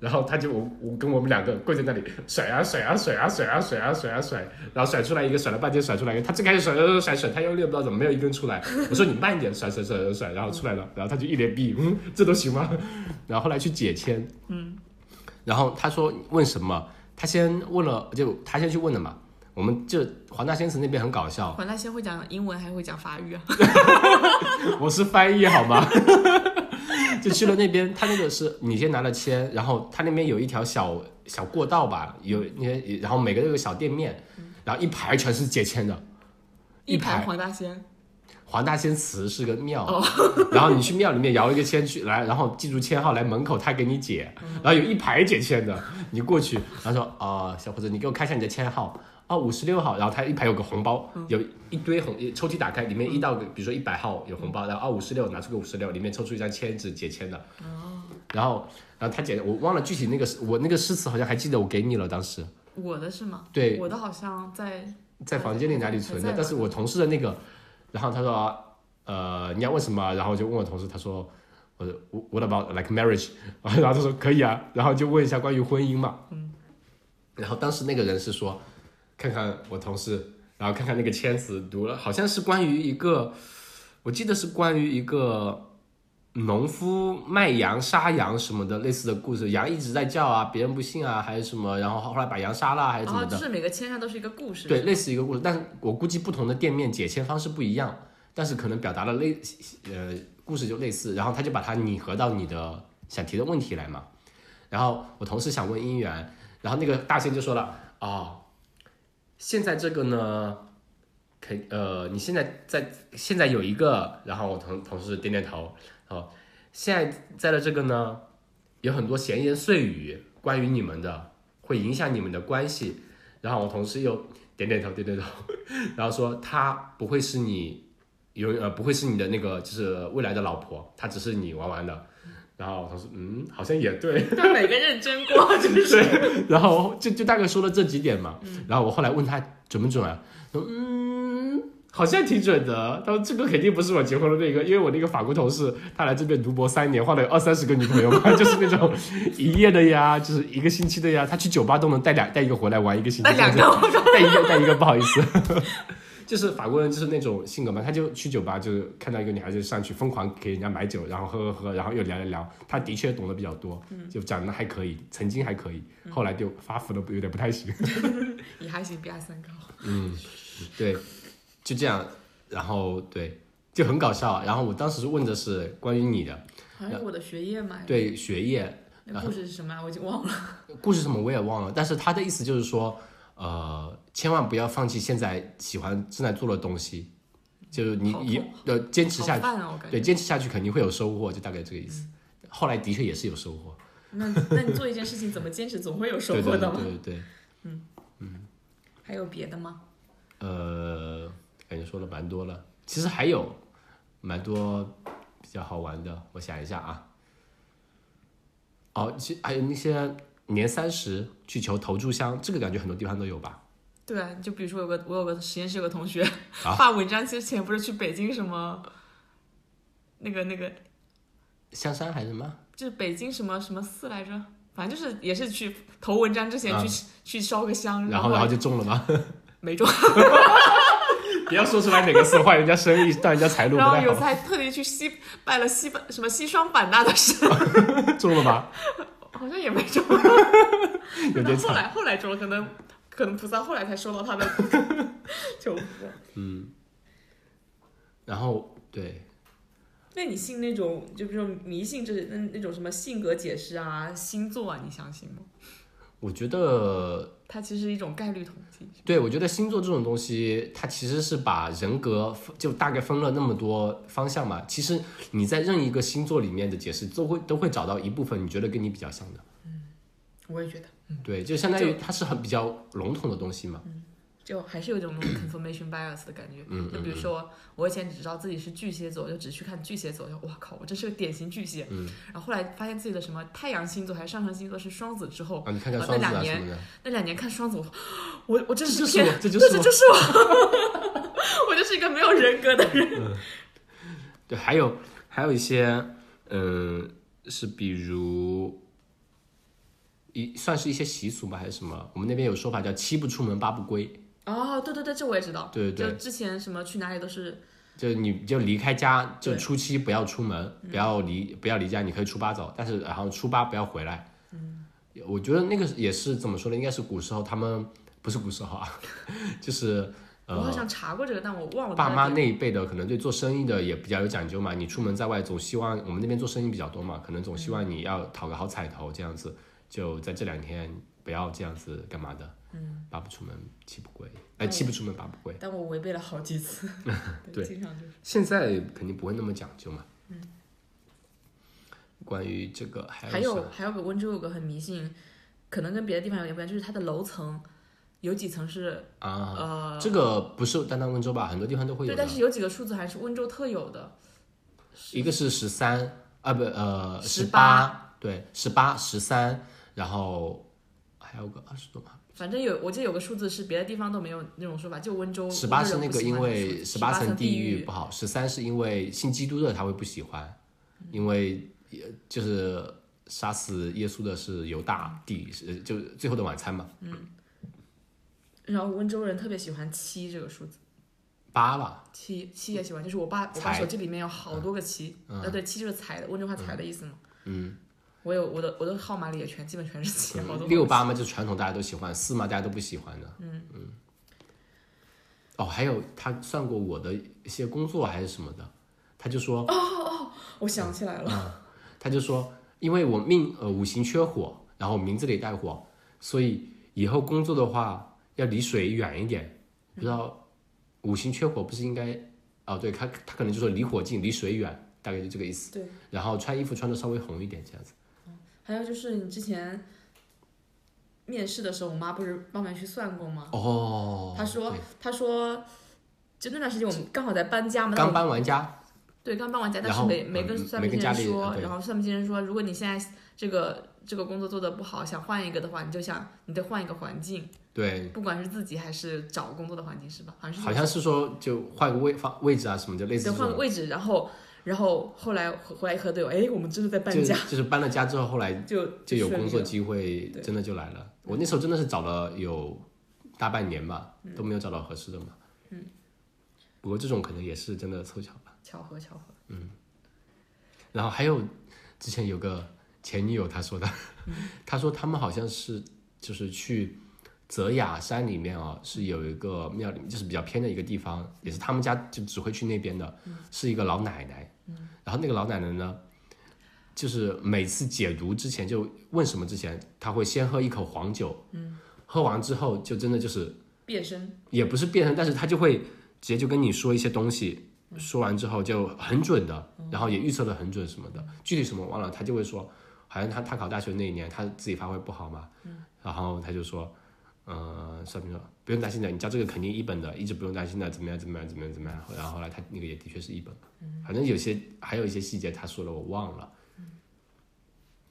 [SPEAKER 1] 然后他就我我跟我们两个跪在那里甩啊甩啊甩啊甩啊甩啊甩啊甩，然后甩出来一个，甩了半天甩出来一个，他最开始甩甩甩甩甩，他又练不知道怎么没有一根出来。我说你慢一点甩甩甩甩甩，然后出来了，然后他就一脸鄙夷，嗯，这都行吗？然后后来去解签，嗯，然后他说问什么，他先问了，就他先去问的嘛。我们就黄大仙祠那边很搞笑，
[SPEAKER 2] 黄大仙会讲英文，还会讲法语啊，
[SPEAKER 1] 我是翻译好吗？ 就去了那边，他那个是你先拿了签，然后他那边有一条小小过道吧，有那些，然后每个都有个小店面，然后一排全是解签的，一
[SPEAKER 2] 盘
[SPEAKER 1] 排
[SPEAKER 2] 黄大仙，
[SPEAKER 1] 黄大仙祠是个庙，
[SPEAKER 2] 哦
[SPEAKER 1] 然后你去庙里面摇一个签去来，然后记住签号来门口，他给你解，然后有一排解签的，你过去，然后说啊、小伙子，你给我看一下你的签号。哦，五十六号，然后他一排有个红包，有一堆红抽屉打开，里面一到个，比如说一百号有红包，然后哦五十六拿出个五十六，里面抽出一张签纸解签的，然后然后他解，我忘了具体那个诗我那个诗词好像还记得我给你了，当时
[SPEAKER 2] 我的是吗？
[SPEAKER 1] 对
[SPEAKER 2] 我的好像在
[SPEAKER 1] 在房间里哪里存的
[SPEAKER 2] 还在，吧
[SPEAKER 1] 但是我同事的那个，然后他说，呃，你要问什么？然后我就问我同事，他说，我我 what about like marriage？然 后他说可以啊，然后就问一下关于婚姻嘛。嗯。然后当时那个人是说，看看我同事，然后看看那个签词，读了好像是关于一个，我记得是关于一个农夫卖羊杀羊什么的类似的故事，羊一直在叫啊，别人不信啊，还是什么，然后后来把羊杀了还是怎么
[SPEAKER 2] 哦，
[SPEAKER 1] 的
[SPEAKER 2] 就。是每个签上都是一个故事，
[SPEAKER 1] 对，类似一个故事，但我估计不同的店面解签方式不一样，但是可能表达的类呃故事就类似，然后他就把它拟合到你的想提的问题来嘛。然后我同事想问姻缘，然后那个大仙就说了，哦，现在这个呢，肯呃，你现在在现在有一个，然后我同同事点点头，然后现在在的这个呢，有很多闲言碎语关于你们的，会影响你们的关系。然后我同事又点点头，点点头，然后说她不会是你永呃不会是你的那个就是未来的老婆，她只是你玩玩的。然后我同事嗯，好像也对，
[SPEAKER 2] 但每个认真 过，就是
[SPEAKER 1] 然后就就大概说了这几点嘛。然后我后来问他准不准啊？他说嗯，
[SPEAKER 3] 好像挺准的。他说这个肯定不是我结婚的那个，因为我那个法国同事，他来这边读博三年，换了有二三十个女朋友嘛， 就是那种一夜的呀，就是一个星期的呀，他去酒吧都能带两带一个回来玩一个星期，
[SPEAKER 2] 那两个 我说
[SPEAKER 3] 带一个带一个，不好意思。 就是法国人就是那种性格嘛，他就去酒吧，就是看到一个女孩子上去疯狂给人家买酒，然后喝喝喝，然后又聊一聊。他的确懂得比较多，
[SPEAKER 1] 嗯
[SPEAKER 3] 就讲的还可以，曾经还可以，后来就发福了，有点不太行。
[SPEAKER 2] 也还行，比阿三高。
[SPEAKER 1] 对，嗯就这样，然后对，就很搞笑。然后我当时问的是关于你的，
[SPEAKER 2] 好像是我的学业嘛，
[SPEAKER 1] 对学业
[SPEAKER 2] 那故事是什么啊？我已经忘了。
[SPEAKER 1] 故事什么我也忘了，但是他的意思就是说，呃，千万不要放弃现在喜欢正在做的东西，就是你
[SPEAKER 2] 好
[SPEAKER 1] 一呃坚持下
[SPEAKER 2] 好
[SPEAKER 1] 去，
[SPEAKER 2] 饭啊，我感觉。嗯
[SPEAKER 1] 对，坚持下去肯定会有收获，就大概这个意思。后来的确也是有收获。
[SPEAKER 2] 那那你做一件事情怎么坚持，总会有收
[SPEAKER 1] 对
[SPEAKER 2] 获
[SPEAKER 1] 对
[SPEAKER 2] 的
[SPEAKER 1] 对
[SPEAKER 2] 嘛。
[SPEAKER 1] 对对，
[SPEAKER 2] 还有别的吗？
[SPEAKER 1] 呃，感觉说了蛮多了，其实还有蛮多比较好玩的，我想一下啊。哦，其还有那些年三十去求投注箱，这个感觉很多地方都有吧？
[SPEAKER 2] 对啊，就比如说有个我有个实验室有个同学、
[SPEAKER 1] 啊
[SPEAKER 2] 发文章之前不是去北京什么，那个那个
[SPEAKER 1] 香山还是什么？
[SPEAKER 2] 就是北京什么什么寺来着，反正就是也是去投文章之前
[SPEAKER 3] 啊
[SPEAKER 2] 去、去烧个香，
[SPEAKER 1] 然
[SPEAKER 2] 后
[SPEAKER 1] 后然后就中了吗？
[SPEAKER 2] 嗯 没中，
[SPEAKER 3] 不要说出来哪个词，坏人家 生意，断人家财路不
[SPEAKER 2] 然后
[SPEAKER 3] 太
[SPEAKER 2] 有次
[SPEAKER 3] 好。
[SPEAKER 2] 还特地去西拜了西什么西双版纳的神，
[SPEAKER 3] 中了 吧？
[SPEAKER 2] 好像也没中，
[SPEAKER 3] 有
[SPEAKER 2] 但
[SPEAKER 3] 点
[SPEAKER 2] 后
[SPEAKER 3] 惨。
[SPEAKER 2] 来后来中了，可能可能菩萨后来才收到他的 求福。
[SPEAKER 1] 然后对，
[SPEAKER 2] 那你信那种就比如说迷信这那那种什么性格解释啊、星座啊，你相信吗？
[SPEAKER 1] 我觉得
[SPEAKER 2] 它其实是一种概率统计。
[SPEAKER 1] 对，我觉得星座这种东西，它其实是把人格分就大概分了那么多方向嘛。其实你在任意一个星座里面的解释，都会都会找到一部分你觉得跟你比较像的。
[SPEAKER 2] 我也觉得，
[SPEAKER 1] 对，就相当于它是很比较笼统的东西嘛。
[SPEAKER 2] 就还是有一种那种 confirmation bias 的感觉。
[SPEAKER 1] 嗯
[SPEAKER 2] 就比如说，我以前只知道自己是巨蟹座，就只去看巨蟹座，就哇靠，我真是个典型巨蟹。
[SPEAKER 1] 嗯
[SPEAKER 2] 然后后来发现自己的什么太阳星座还是上升星座是双子之后，
[SPEAKER 1] 啊，你看看
[SPEAKER 2] 啊
[SPEAKER 1] 双子
[SPEAKER 2] 那两
[SPEAKER 1] 啊
[SPEAKER 2] 年
[SPEAKER 1] 什么的，
[SPEAKER 2] 那两年看双子，我我我真是
[SPEAKER 1] 这就是
[SPEAKER 2] 偏
[SPEAKER 1] 我这就
[SPEAKER 2] 对
[SPEAKER 1] 是
[SPEAKER 2] 这
[SPEAKER 1] 我
[SPEAKER 2] 就是我， 我就是一个没有人格的人。
[SPEAKER 1] 对，还有还有一些，嗯，是比如一算是一些习俗吧，还是什么？我们那边有说法叫“七不出门，八不归
[SPEAKER 2] 哦，对对对，这我也知道。
[SPEAKER 1] 对对
[SPEAKER 2] 就之前什么去哪里都是”，
[SPEAKER 1] 就你就离开家，就
[SPEAKER 2] 对
[SPEAKER 1] 初七不要出门，不要离不要离家，你可以初八走，但是然后初八不要回来。嗯，我觉得那个也是怎么说呢？应该是古时候他们不是古时候啊， 就是
[SPEAKER 2] 我好像查过这个，但我忘了它
[SPEAKER 1] 哦爸
[SPEAKER 2] 的
[SPEAKER 1] 妈
[SPEAKER 2] 点
[SPEAKER 1] 那一辈的可能对做生意的也比较有讲究嘛，你出门在外总希望我们那边做生意比较多嘛，可能总希望你要讨个好彩头这样子，就在这两天不要这样子干嘛的，嗯，八不出门七不归，哎、
[SPEAKER 2] 嗯
[SPEAKER 1] 七不出门八不归，
[SPEAKER 2] 但我违背了好几 次，
[SPEAKER 1] 对
[SPEAKER 2] 经常就是
[SPEAKER 1] 现在肯定不会那么讲究嘛，嗯，关于这个还
[SPEAKER 2] 还
[SPEAKER 1] 有
[SPEAKER 2] 有
[SPEAKER 1] 啥
[SPEAKER 2] 还有个温州有个很迷信，可能跟别的地方有点不一样，就是它的楼层有几层是
[SPEAKER 1] 啊，
[SPEAKER 2] 呃
[SPEAKER 1] 这个不是单单温州吧，很多地方都会有
[SPEAKER 2] 对，
[SPEAKER 1] 的
[SPEAKER 2] 但，是有几个数字还是温州特有的，
[SPEAKER 1] 一个是十三啊不呃
[SPEAKER 2] 18
[SPEAKER 1] 八对十八十三，然后还有个二十多吧。
[SPEAKER 2] 反正有我记得有个数字是别的地方都没有那种说法，就温州
[SPEAKER 1] 十八是那个因为
[SPEAKER 2] 十
[SPEAKER 1] 八
[SPEAKER 2] 层
[SPEAKER 1] 层地
[SPEAKER 2] 狱
[SPEAKER 1] 不好，十三是因为信基督的他会不喜欢，
[SPEAKER 2] 嗯
[SPEAKER 1] 因为呃就是杀死耶稣的是犹大帝，是就是最后的晚餐嘛，
[SPEAKER 2] 然后温州人特别喜欢七这个数字，
[SPEAKER 1] 八吧，
[SPEAKER 2] 七七也喜欢，就是我爸我爸
[SPEAKER 1] 财
[SPEAKER 2] 手机里面有好多个七，呃对，七就是财的，温州话财的意思嘛。
[SPEAKER 1] 嗯，
[SPEAKER 2] 我有我的我的号码里也全基本全是七，好多
[SPEAKER 1] 六八嘛就是传统大家都喜欢，四嘛大家都不喜欢的，嗯哦，还有他算过我的一些工作还是什么的，他就说
[SPEAKER 2] 我想起来了，
[SPEAKER 1] 他就说，因为我命呃五行缺火，然后名字里带火，所以以后工作的话要离水远一点。不知道五行缺火不是应该哦？对他他可能就说离火近，离水远，大概就这个意思。
[SPEAKER 2] 对，
[SPEAKER 1] 然后穿衣服穿的稍微红一点这样子。
[SPEAKER 2] 还有就是你之前面试的时候，我妈不是帮忙去算过吗？
[SPEAKER 1] 哦，
[SPEAKER 2] 她说
[SPEAKER 1] 对，
[SPEAKER 2] 她说，就那段时间我们刚好在搬家嘛，但
[SPEAKER 1] 刚
[SPEAKER 2] 我
[SPEAKER 1] 搬完家，
[SPEAKER 2] 对刚搬完家，但
[SPEAKER 1] 然
[SPEAKER 2] 是
[SPEAKER 1] 后
[SPEAKER 2] 没
[SPEAKER 1] 嗯
[SPEAKER 2] 没跟
[SPEAKER 1] 嗯
[SPEAKER 2] 算
[SPEAKER 1] 没
[SPEAKER 2] 命
[SPEAKER 1] 跟
[SPEAKER 2] 先
[SPEAKER 1] 家
[SPEAKER 2] 生
[SPEAKER 1] 里
[SPEAKER 2] 说，
[SPEAKER 1] 对
[SPEAKER 2] 然后算命先生说，如果你现在这个这个工作做的不好，想换一个的话，你就想你得换一个环境，
[SPEAKER 1] 对，
[SPEAKER 2] 不管是自己还是找工作的环境是吧？好像是
[SPEAKER 1] 好像是说就换个位方位置啊什么，就类似
[SPEAKER 2] 对
[SPEAKER 1] 这
[SPEAKER 2] 换个
[SPEAKER 1] 种。
[SPEAKER 2] 位置，然后然后后来回回来一核对我，哎，我们真的在搬
[SPEAKER 1] 就
[SPEAKER 2] 家，
[SPEAKER 1] 就是搬了家之后，后来
[SPEAKER 2] 就
[SPEAKER 1] 就有
[SPEAKER 2] 顺利
[SPEAKER 1] 工作
[SPEAKER 2] 了
[SPEAKER 1] 机会，
[SPEAKER 2] 对
[SPEAKER 1] 真的就来了。我那时候真的是找了有大半年吧，
[SPEAKER 2] 嗯
[SPEAKER 1] 都没有找到合适的嘛。嗯，不过这种可能也是真的凑巧吧。
[SPEAKER 2] 巧合巧合。
[SPEAKER 1] 然后还有之前有个前女友她说的， 她说他们好像是就是去泽雅山里面啊，是有一个庙里面，就是比较偏的一个地方，也是他们家就只会去那边的，是一个老奶奶。然后那个老奶奶呢，就是每次解毒之前就问什么之前，她会先喝一口黄酒，喝完之后就真的就是
[SPEAKER 2] 变身，
[SPEAKER 1] 也不是变成，但是他就会直接就跟你说一些东西，说完之后就很准的，然后也预测的很准什么的，具体什么忘了，他就会说，好像他他考大学那一年他自己发挥不好嘛，然后他就说，呃，算命说不用担心的，你交这个肯定一本的，一直不用担心的，怎么样怎么样怎么样怎么样，然后后来他那个也的确是一本，反正有些还有一些细节他说了我忘了，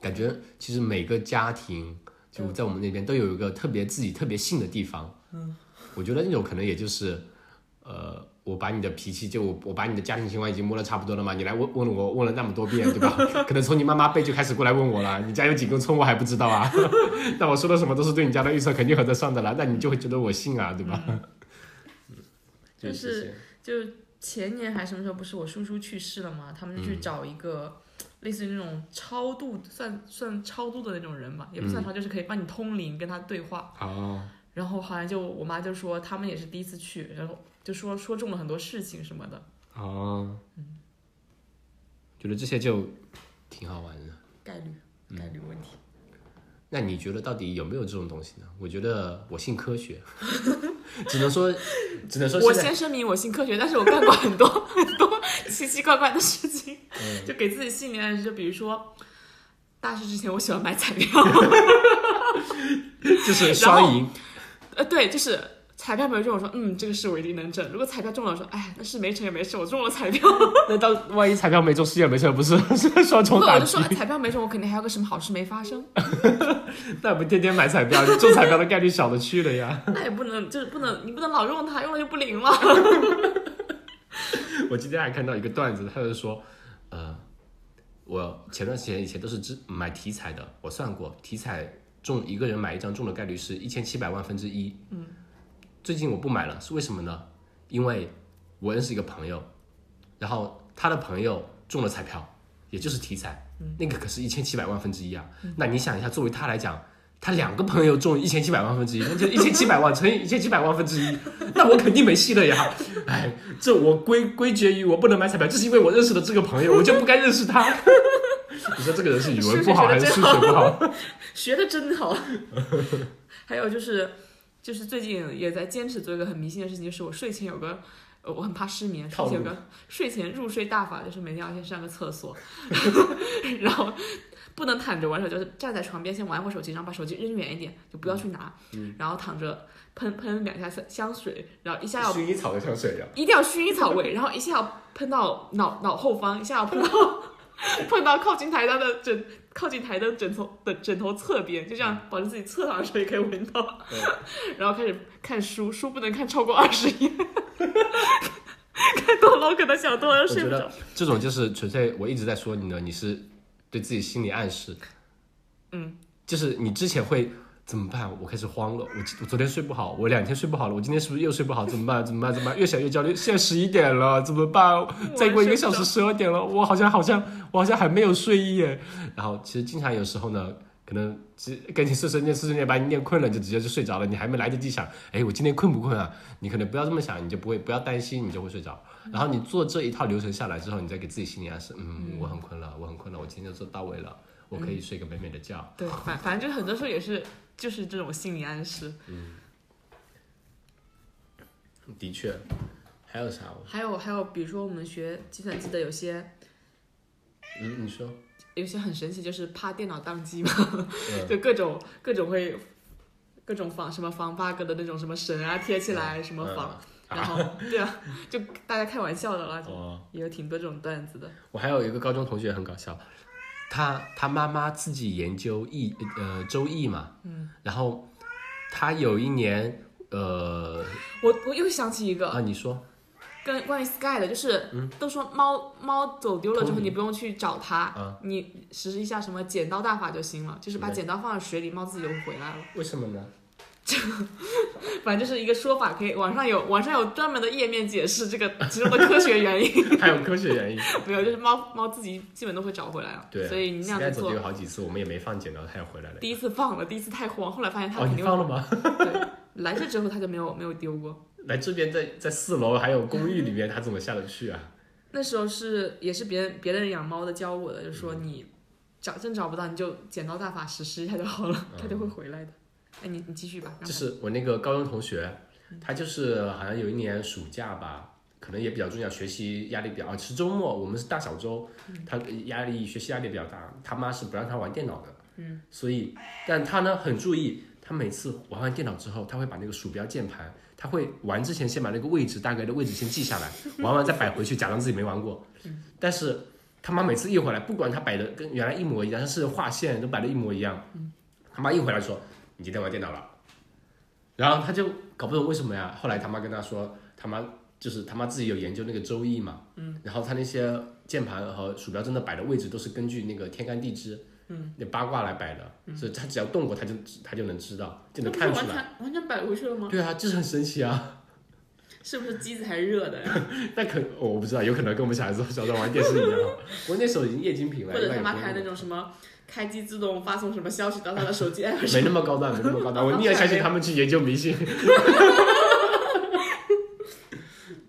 [SPEAKER 1] 感觉其实每个家庭就在我们那边都有一个特别自己特别信的地方。我觉得那种可能也就是，呃，我把你的脾气就我我把你的家庭情况已经摸得差不多了嘛，你来问问了我问了那么多遍，对吧？可能从你妈妈辈就开始过来问我了，你家有几根葱我还不知道啊， 那我说的什么都是对你家的预测肯定合得上的啦，那你就会觉得我信啊，对吧？
[SPEAKER 2] 嗯就
[SPEAKER 1] 这
[SPEAKER 2] 是
[SPEAKER 1] 些
[SPEAKER 2] 就前年还什么时候，不是我叔叔去世了嘛，他们
[SPEAKER 1] 嗯
[SPEAKER 2] 就去找一个类似于那种超度，算算超度的那种人嘛，也不算超，就是可以帮你通灵，跟他对话。
[SPEAKER 1] 嗯哦，
[SPEAKER 2] 然后好像就我妈就说他们也是第一次去，然后就说说中了很多事情什么的，
[SPEAKER 1] 哦，觉得这些就挺好玩的。嗯
[SPEAKER 2] 概率概率问题。
[SPEAKER 1] 那你觉得到底有没有这种东西呢？我觉得我信科学， 只能说，只能说
[SPEAKER 2] 我
[SPEAKER 1] 现在
[SPEAKER 2] 先声明，我信科学，但是我干过很多 很多奇奇怪怪的事情，
[SPEAKER 1] 嗯
[SPEAKER 2] 就给自己心理暗示，就比如说。大事之前，我喜欢买彩票，
[SPEAKER 1] 就是双赢，
[SPEAKER 2] 呃，对，就是彩票没有中，我说嗯，这个事我一定能中。如果彩票中了，我说哎，那是没成也没事，我中了彩票。
[SPEAKER 1] 那到万一彩票没中，事业没成，不是 是双
[SPEAKER 2] 不
[SPEAKER 1] 重
[SPEAKER 2] 过我
[SPEAKER 1] 打
[SPEAKER 2] 就
[SPEAKER 1] 击
[SPEAKER 2] 说？哎彩票没中，我肯定还有个什么好事没发生。
[SPEAKER 1] 那不天天买彩票，你中彩票的概率小的去了 呀。
[SPEAKER 2] 那也不能，就是不能，你不能老用它，用了就不灵了。
[SPEAKER 1] 我今天还看到一个段子，他就说，呃，我前段时间以前都是只买体彩的，我算过体彩中一个人买一张中的概率是一千七百万分之一。嗯，最近我不买了，是为什么呢？因为我认识一个朋友，然后他的朋友中了彩票，也就是体彩，那个可是一千七百万分之一啊。那你想一下，作为他来讲，他两个朋友中一千七百万分之一，那就一千七百万 乘以一千七百万分之一，那我肯定没戏了呀。哎，这我归归结于我不能买彩票，就是因为我认识了这个朋友，我就不该认识他。 你说这个人是语文不好还是数学不好？
[SPEAKER 2] 学的真好。 还有就是，就是最近也在坚持做一个很迷信的事情，就是我睡前有个，呃我很怕失眠，
[SPEAKER 1] 套
[SPEAKER 2] 睡
[SPEAKER 1] 路
[SPEAKER 2] 前 有个睡前入睡大法，就是每天要先上个厕所， 然后不能躺着玩手机，就是站在床边先玩会儿手机，然后把手机扔远一点，就
[SPEAKER 1] 嗯
[SPEAKER 2] 不要去拿，然后躺着喷喷两下香香水，然后一下要
[SPEAKER 1] 薰衣草的香水呀、
[SPEAKER 2] 一定要薰衣草味，然后一下要喷到脑脑后方，一下要喷到 喷到靠近台灯的枕靠近台灯枕头的枕头侧边，就这
[SPEAKER 1] 嗯
[SPEAKER 2] 样保证自己侧躺的时候也可以闻到。 然后开始看书，书不能看超过二十页， 看多了我可能想多了
[SPEAKER 1] 我
[SPEAKER 2] 睡
[SPEAKER 1] 觉
[SPEAKER 2] 不
[SPEAKER 1] 得
[SPEAKER 2] 着。
[SPEAKER 1] 这种就是纯粹我一直在说你呢，你是对自己心理暗示。
[SPEAKER 2] 嗯，
[SPEAKER 1] 就是你之前会怎么办？我开始慌了，我我昨天睡不好，我两天睡不好了，我今天是不是又睡不好？怎么办？怎么办？怎么办？越想越焦虑，现在十一点了，怎么办？再过一个小时十二点了，我好像好像我好像还没有睡意耶。然后其实经常有时候呢。可能只跟你碎碎念碎碎念，把你念困了，你就直接就睡着了。你还没来得及想，哎，我今天困不困啊？你可能不要这么想，你就不会不要担心，你就会睡着。然后你做这一套流程下来之后，你再给自己心理暗示，嗯，我很困了，我很困了，我今天就做到位了，我可以睡个美美的觉。
[SPEAKER 2] 对，反反正就是很多时候也是就是这种心理暗示。
[SPEAKER 1] 嗯的确，还有啥？
[SPEAKER 2] 还有还有，比如说我们学计算机的有些
[SPEAKER 1] 嗯，你 说，
[SPEAKER 2] 有些很神奇，就是怕电脑宕机嘛，
[SPEAKER 1] 嗯
[SPEAKER 2] 就各种各种会各种防什么防 bug 的那种什么绳啊贴起
[SPEAKER 1] 嗯
[SPEAKER 2] 来什么防，然后 对啊，就大家开玩笑的啦，就
[SPEAKER 1] 哦，
[SPEAKER 2] 也有挺多这种段子的。
[SPEAKER 1] 我还有一个高中同学很搞笑，他他妈妈自己研究易呃周易嘛，嗯，然后他有一年，呃
[SPEAKER 2] 我我又想起一个
[SPEAKER 1] 啊，你 说
[SPEAKER 2] 跟关于 Sky 的，就是、
[SPEAKER 1] 嗯
[SPEAKER 2] 都说猫猫走丢了之后，你不用去找它，
[SPEAKER 1] 啊
[SPEAKER 2] 你实施一下什么剪刀大法就行了，就是把
[SPEAKER 1] 对
[SPEAKER 2] 剪刀放在水里，猫自己就会回来了。
[SPEAKER 1] 为什么呢？
[SPEAKER 2] 反正就是一个说法，可以网上有网上有专门的页面解释这个其中的科学原因，
[SPEAKER 1] 还有科学 原因。
[SPEAKER 2] 没有，就是猫猫自己基本都会找回来了。啊
[SPEAKER 1] 对，
[SPEAKER 2] 所以你那样子
[SPEAKER 1] 走
[SPEAKER 2] 做
[SPEAKER 1] 丢，好几次，我们也没放剪刀，他也回来了。
[SPEAKER 2] 第一次放了，第一次太慌，后来发现它
[SPEAKER 1] 哦，
[SPEAKER 2] 肯
[SPEAKER 1] 你
[SPEAKER 2] 定会、
[SPEAKER 1] 放了吗？
[SPEAKER 2] 对，来这之后它就没有 没有丢过。
[SPEAKER 1] 来这边在在四楼还有公寓里面，他怎么下得去啊？
[SPEAKER 2] 那时候是也是别人别人养猫的教我的，就说
[SPEAKER 1] 嗯
[SPEAKER 2] 你找真找不到你就剪刀大法实施一下就好了，
[SPEAKER 1] 嗯
[SPEAKER 2] 它就会回来的。哎，你你继续吧。让
[SPEAKER 1] 就是我那个高中同学，他就是好像有一年暑假吧，可能也比较重要，学习压力比较，啊是周末，我们是大小周，他压力学习压力比较大，他妈是不让他玩电脑的，嗯，所以，但他呢很注意，他每次玩完电脑之后，他会把那个鼠标键盘，他会玩之前先把那个位置大概的位置先记下来，玩完再摆回去，假装自己没玩过，但是。他妈每次一回来，不管他摆的跟原来一模一样，但是划线都摆的一模一样。
[SPEAKER 2] 嗯
[SPEAKER 1] 他妈一回来说：“你今天玩电脑了。”然后他就搞不懂为什么呀。后来他妈跟他说，他妈就是他妈自己有研究那个周易嘛，嗯，然后他那些键盘和鼠标真的摆的位置都是根据那个天干地支，嗯，那八卦来摆的，所以他只要动过，他就他就能知道，就能
[SPEAKER 2] 嗯那
[SPEAKER 1] 看
[SPEAKER 2] 不
[SPEAKER 1] 出
[SPEAKER 2] 是
[SPEAKER 1] 来。
[SPEAKER 2] 完全完全摆回去了吗？
[SPEAKER 1] 对啊，就是很神奇啊！
[SPEAKER 2] 是不是机子还热的呀？
[SPEAKER 1] 那可、哦我不知道，有可能跟我们小孩子小时候玩电视一样。啊 我那时候已经液晶屏了，
[SPEAKER 2] 或者
[SPEAKER 1] 一般也
[SPEAKER 2] 他妈
[SPEAKER 1] 不会
[SPEAKER 2] 开那种什么开机自动发送什么消息到他的手机 app
[SPEAKER 1] 没
[SPEAKER 2] 上？
[SPEAKER 1] 那么高端，没那么高端，我宁愿相信他们去研究迷信。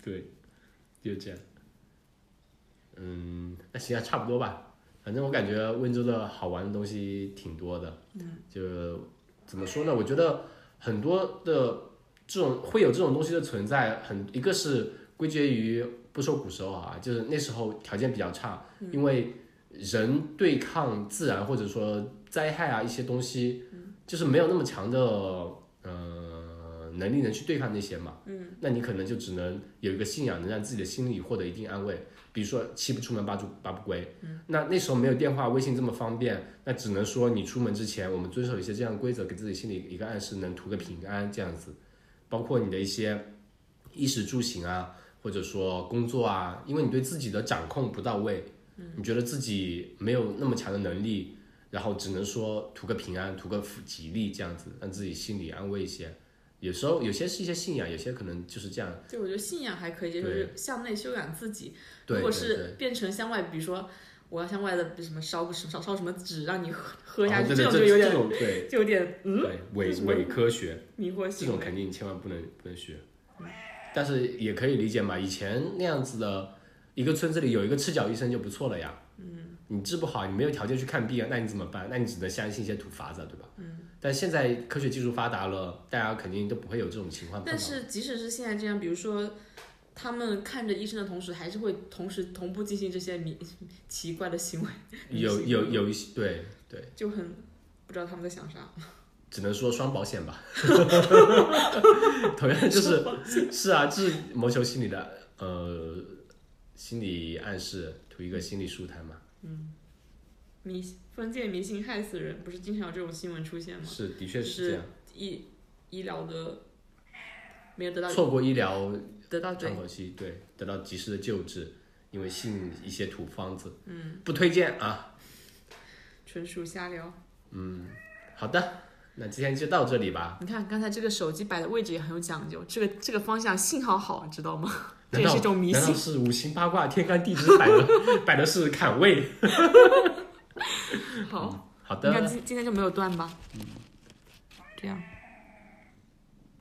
[SPEAKER 1] 对，就这样。嗯，那行啊，差不多吧。反正我感觉温州的好玩的东西挺多的。嗯，就怎么说呢？我觉得很多的这种会有这种东西的存在，很一个是归结于不说古时候啊，就是那时候条件比较差，因为人对抗自然或者说灾害啊一些东西，就是没有那么强的呃能力能去对抗那些嘛，嗯，那你可能就只能有一个信仰，能让自己的心里获得一定安慰。比如说七不出门八不八不归，嗯，那那时候没有电话、微信这么方便，那只能说你出门之前，我们遵守一些这样的规则，给自己心里一个暗示，能图个平安这样子。包括你的一些衣食住行啊，或者说工作啊，因为你对自己的掌控不到位，嗯，你觉得自己没有那么强的能力，然后只能说图个平安，图个福吉利这样子，让自己心里安慰一些。有时候有些是一些信仰，有些可能就是这样。
[SPEAKER 2] 对，我觉得信仰还可以，就是向内修养自己。
[SPEAKER 1] 对
[SPEAKER 2] 如果
[SPEAKER 1] 对对
[SPEAKER 2] 是变成向外，比如说我要向外的什么烧个什么烧烧什么纸让你喝喝下
[SPEAKER 1] 哦
[SPEAKER 2] 去，
[SPEAKER 1] 对对
[SPEAKER 2] 这种
[SPEAKER 1] 这
[SPEAKER 2] 就有
[SPEAKER 1] 这
[SPEAKER 2] 点
[SPEAKER 1] 种对
[SPEAKER 2] 就有点嗯
[SPEAKER 1] 对伪
[SPEAKER 2] 这是
[SPEAKER 1] 伪科学，
[SPEAKER 2] 迷惑
[SPEAKER 1] 这
[SPEAKER 2] 行
[SPEAKER 1] 种
[SPEAKER 2] 为。
[SPEAKER 1] 肯定千万不能不能学。
[SPEAKER 2] 嗯
[SPEAKER 1] 但是也可以理解嘛，以前那样子的一个村子里有一个赤脚医生就不错了呀。嗯，你治不好，你没有条件去看病啊，那你怎么办？那你只能相信一些土法子啊，对吧？嗯。但现在科学技术发达了，大家肯定都不会有这种情况碰
[SPEAKER 2] 但
[SPEAKER 1] 到。
[SPEAKER 2] 是即使是现在这样，比如说他们看着医生的同时，还是会同时同步进行这些迷奇怪的行为，
[SPEAKER 1] 有 有有一些对对，
[SPEAKER 2] 就很不知道他们在想啥。
[SPEAKER 1] 只能说双保 险吧。同样就是是啊，这是谋求心理的呃心理暗示，图一个心理舒坦嘛。
[SPEAKER 2] 迷封建迷信害死人，不是经常有这种新闻出现吗？
[SPEAKER 1] 是，的确是这样。
[SPEAKER 2] 医医疗的没有得到
[SPEAKER 1] 错过医疗
[SPEAKER 2] 得到对
[SPEAKER 1] 窗口期，对，得到及时的救治，因为信一些土方子，嗯，不推荐啊。
[SPEAKER 2] 纯属瞎聊。
[SPEAKER 1] 好的，那今天就到这里吧。
[SPEAKER 2] 你看刚才这个手机摆的位置也很有讲究，这个这个方向信号好，知道吗？这
[SPEAKER 1] 难
[SPEAKER 2] 也
[SPEAKER 1] 道
[SPEAKER 2] 是一种迷
[SPEAKER 1] 难道
[SPEAKER 2] 信。
[SPEAKER 1] 是五行八卦、天干地支摆的摆的是坎位？
[SPEAKER 2] 好，
[SPEAKER 1] 好
[SPEAKER 2] 你看
[SPEAKER 1] 的，
[SPEAKER 2] 嗯今今天就没有断吧？这样。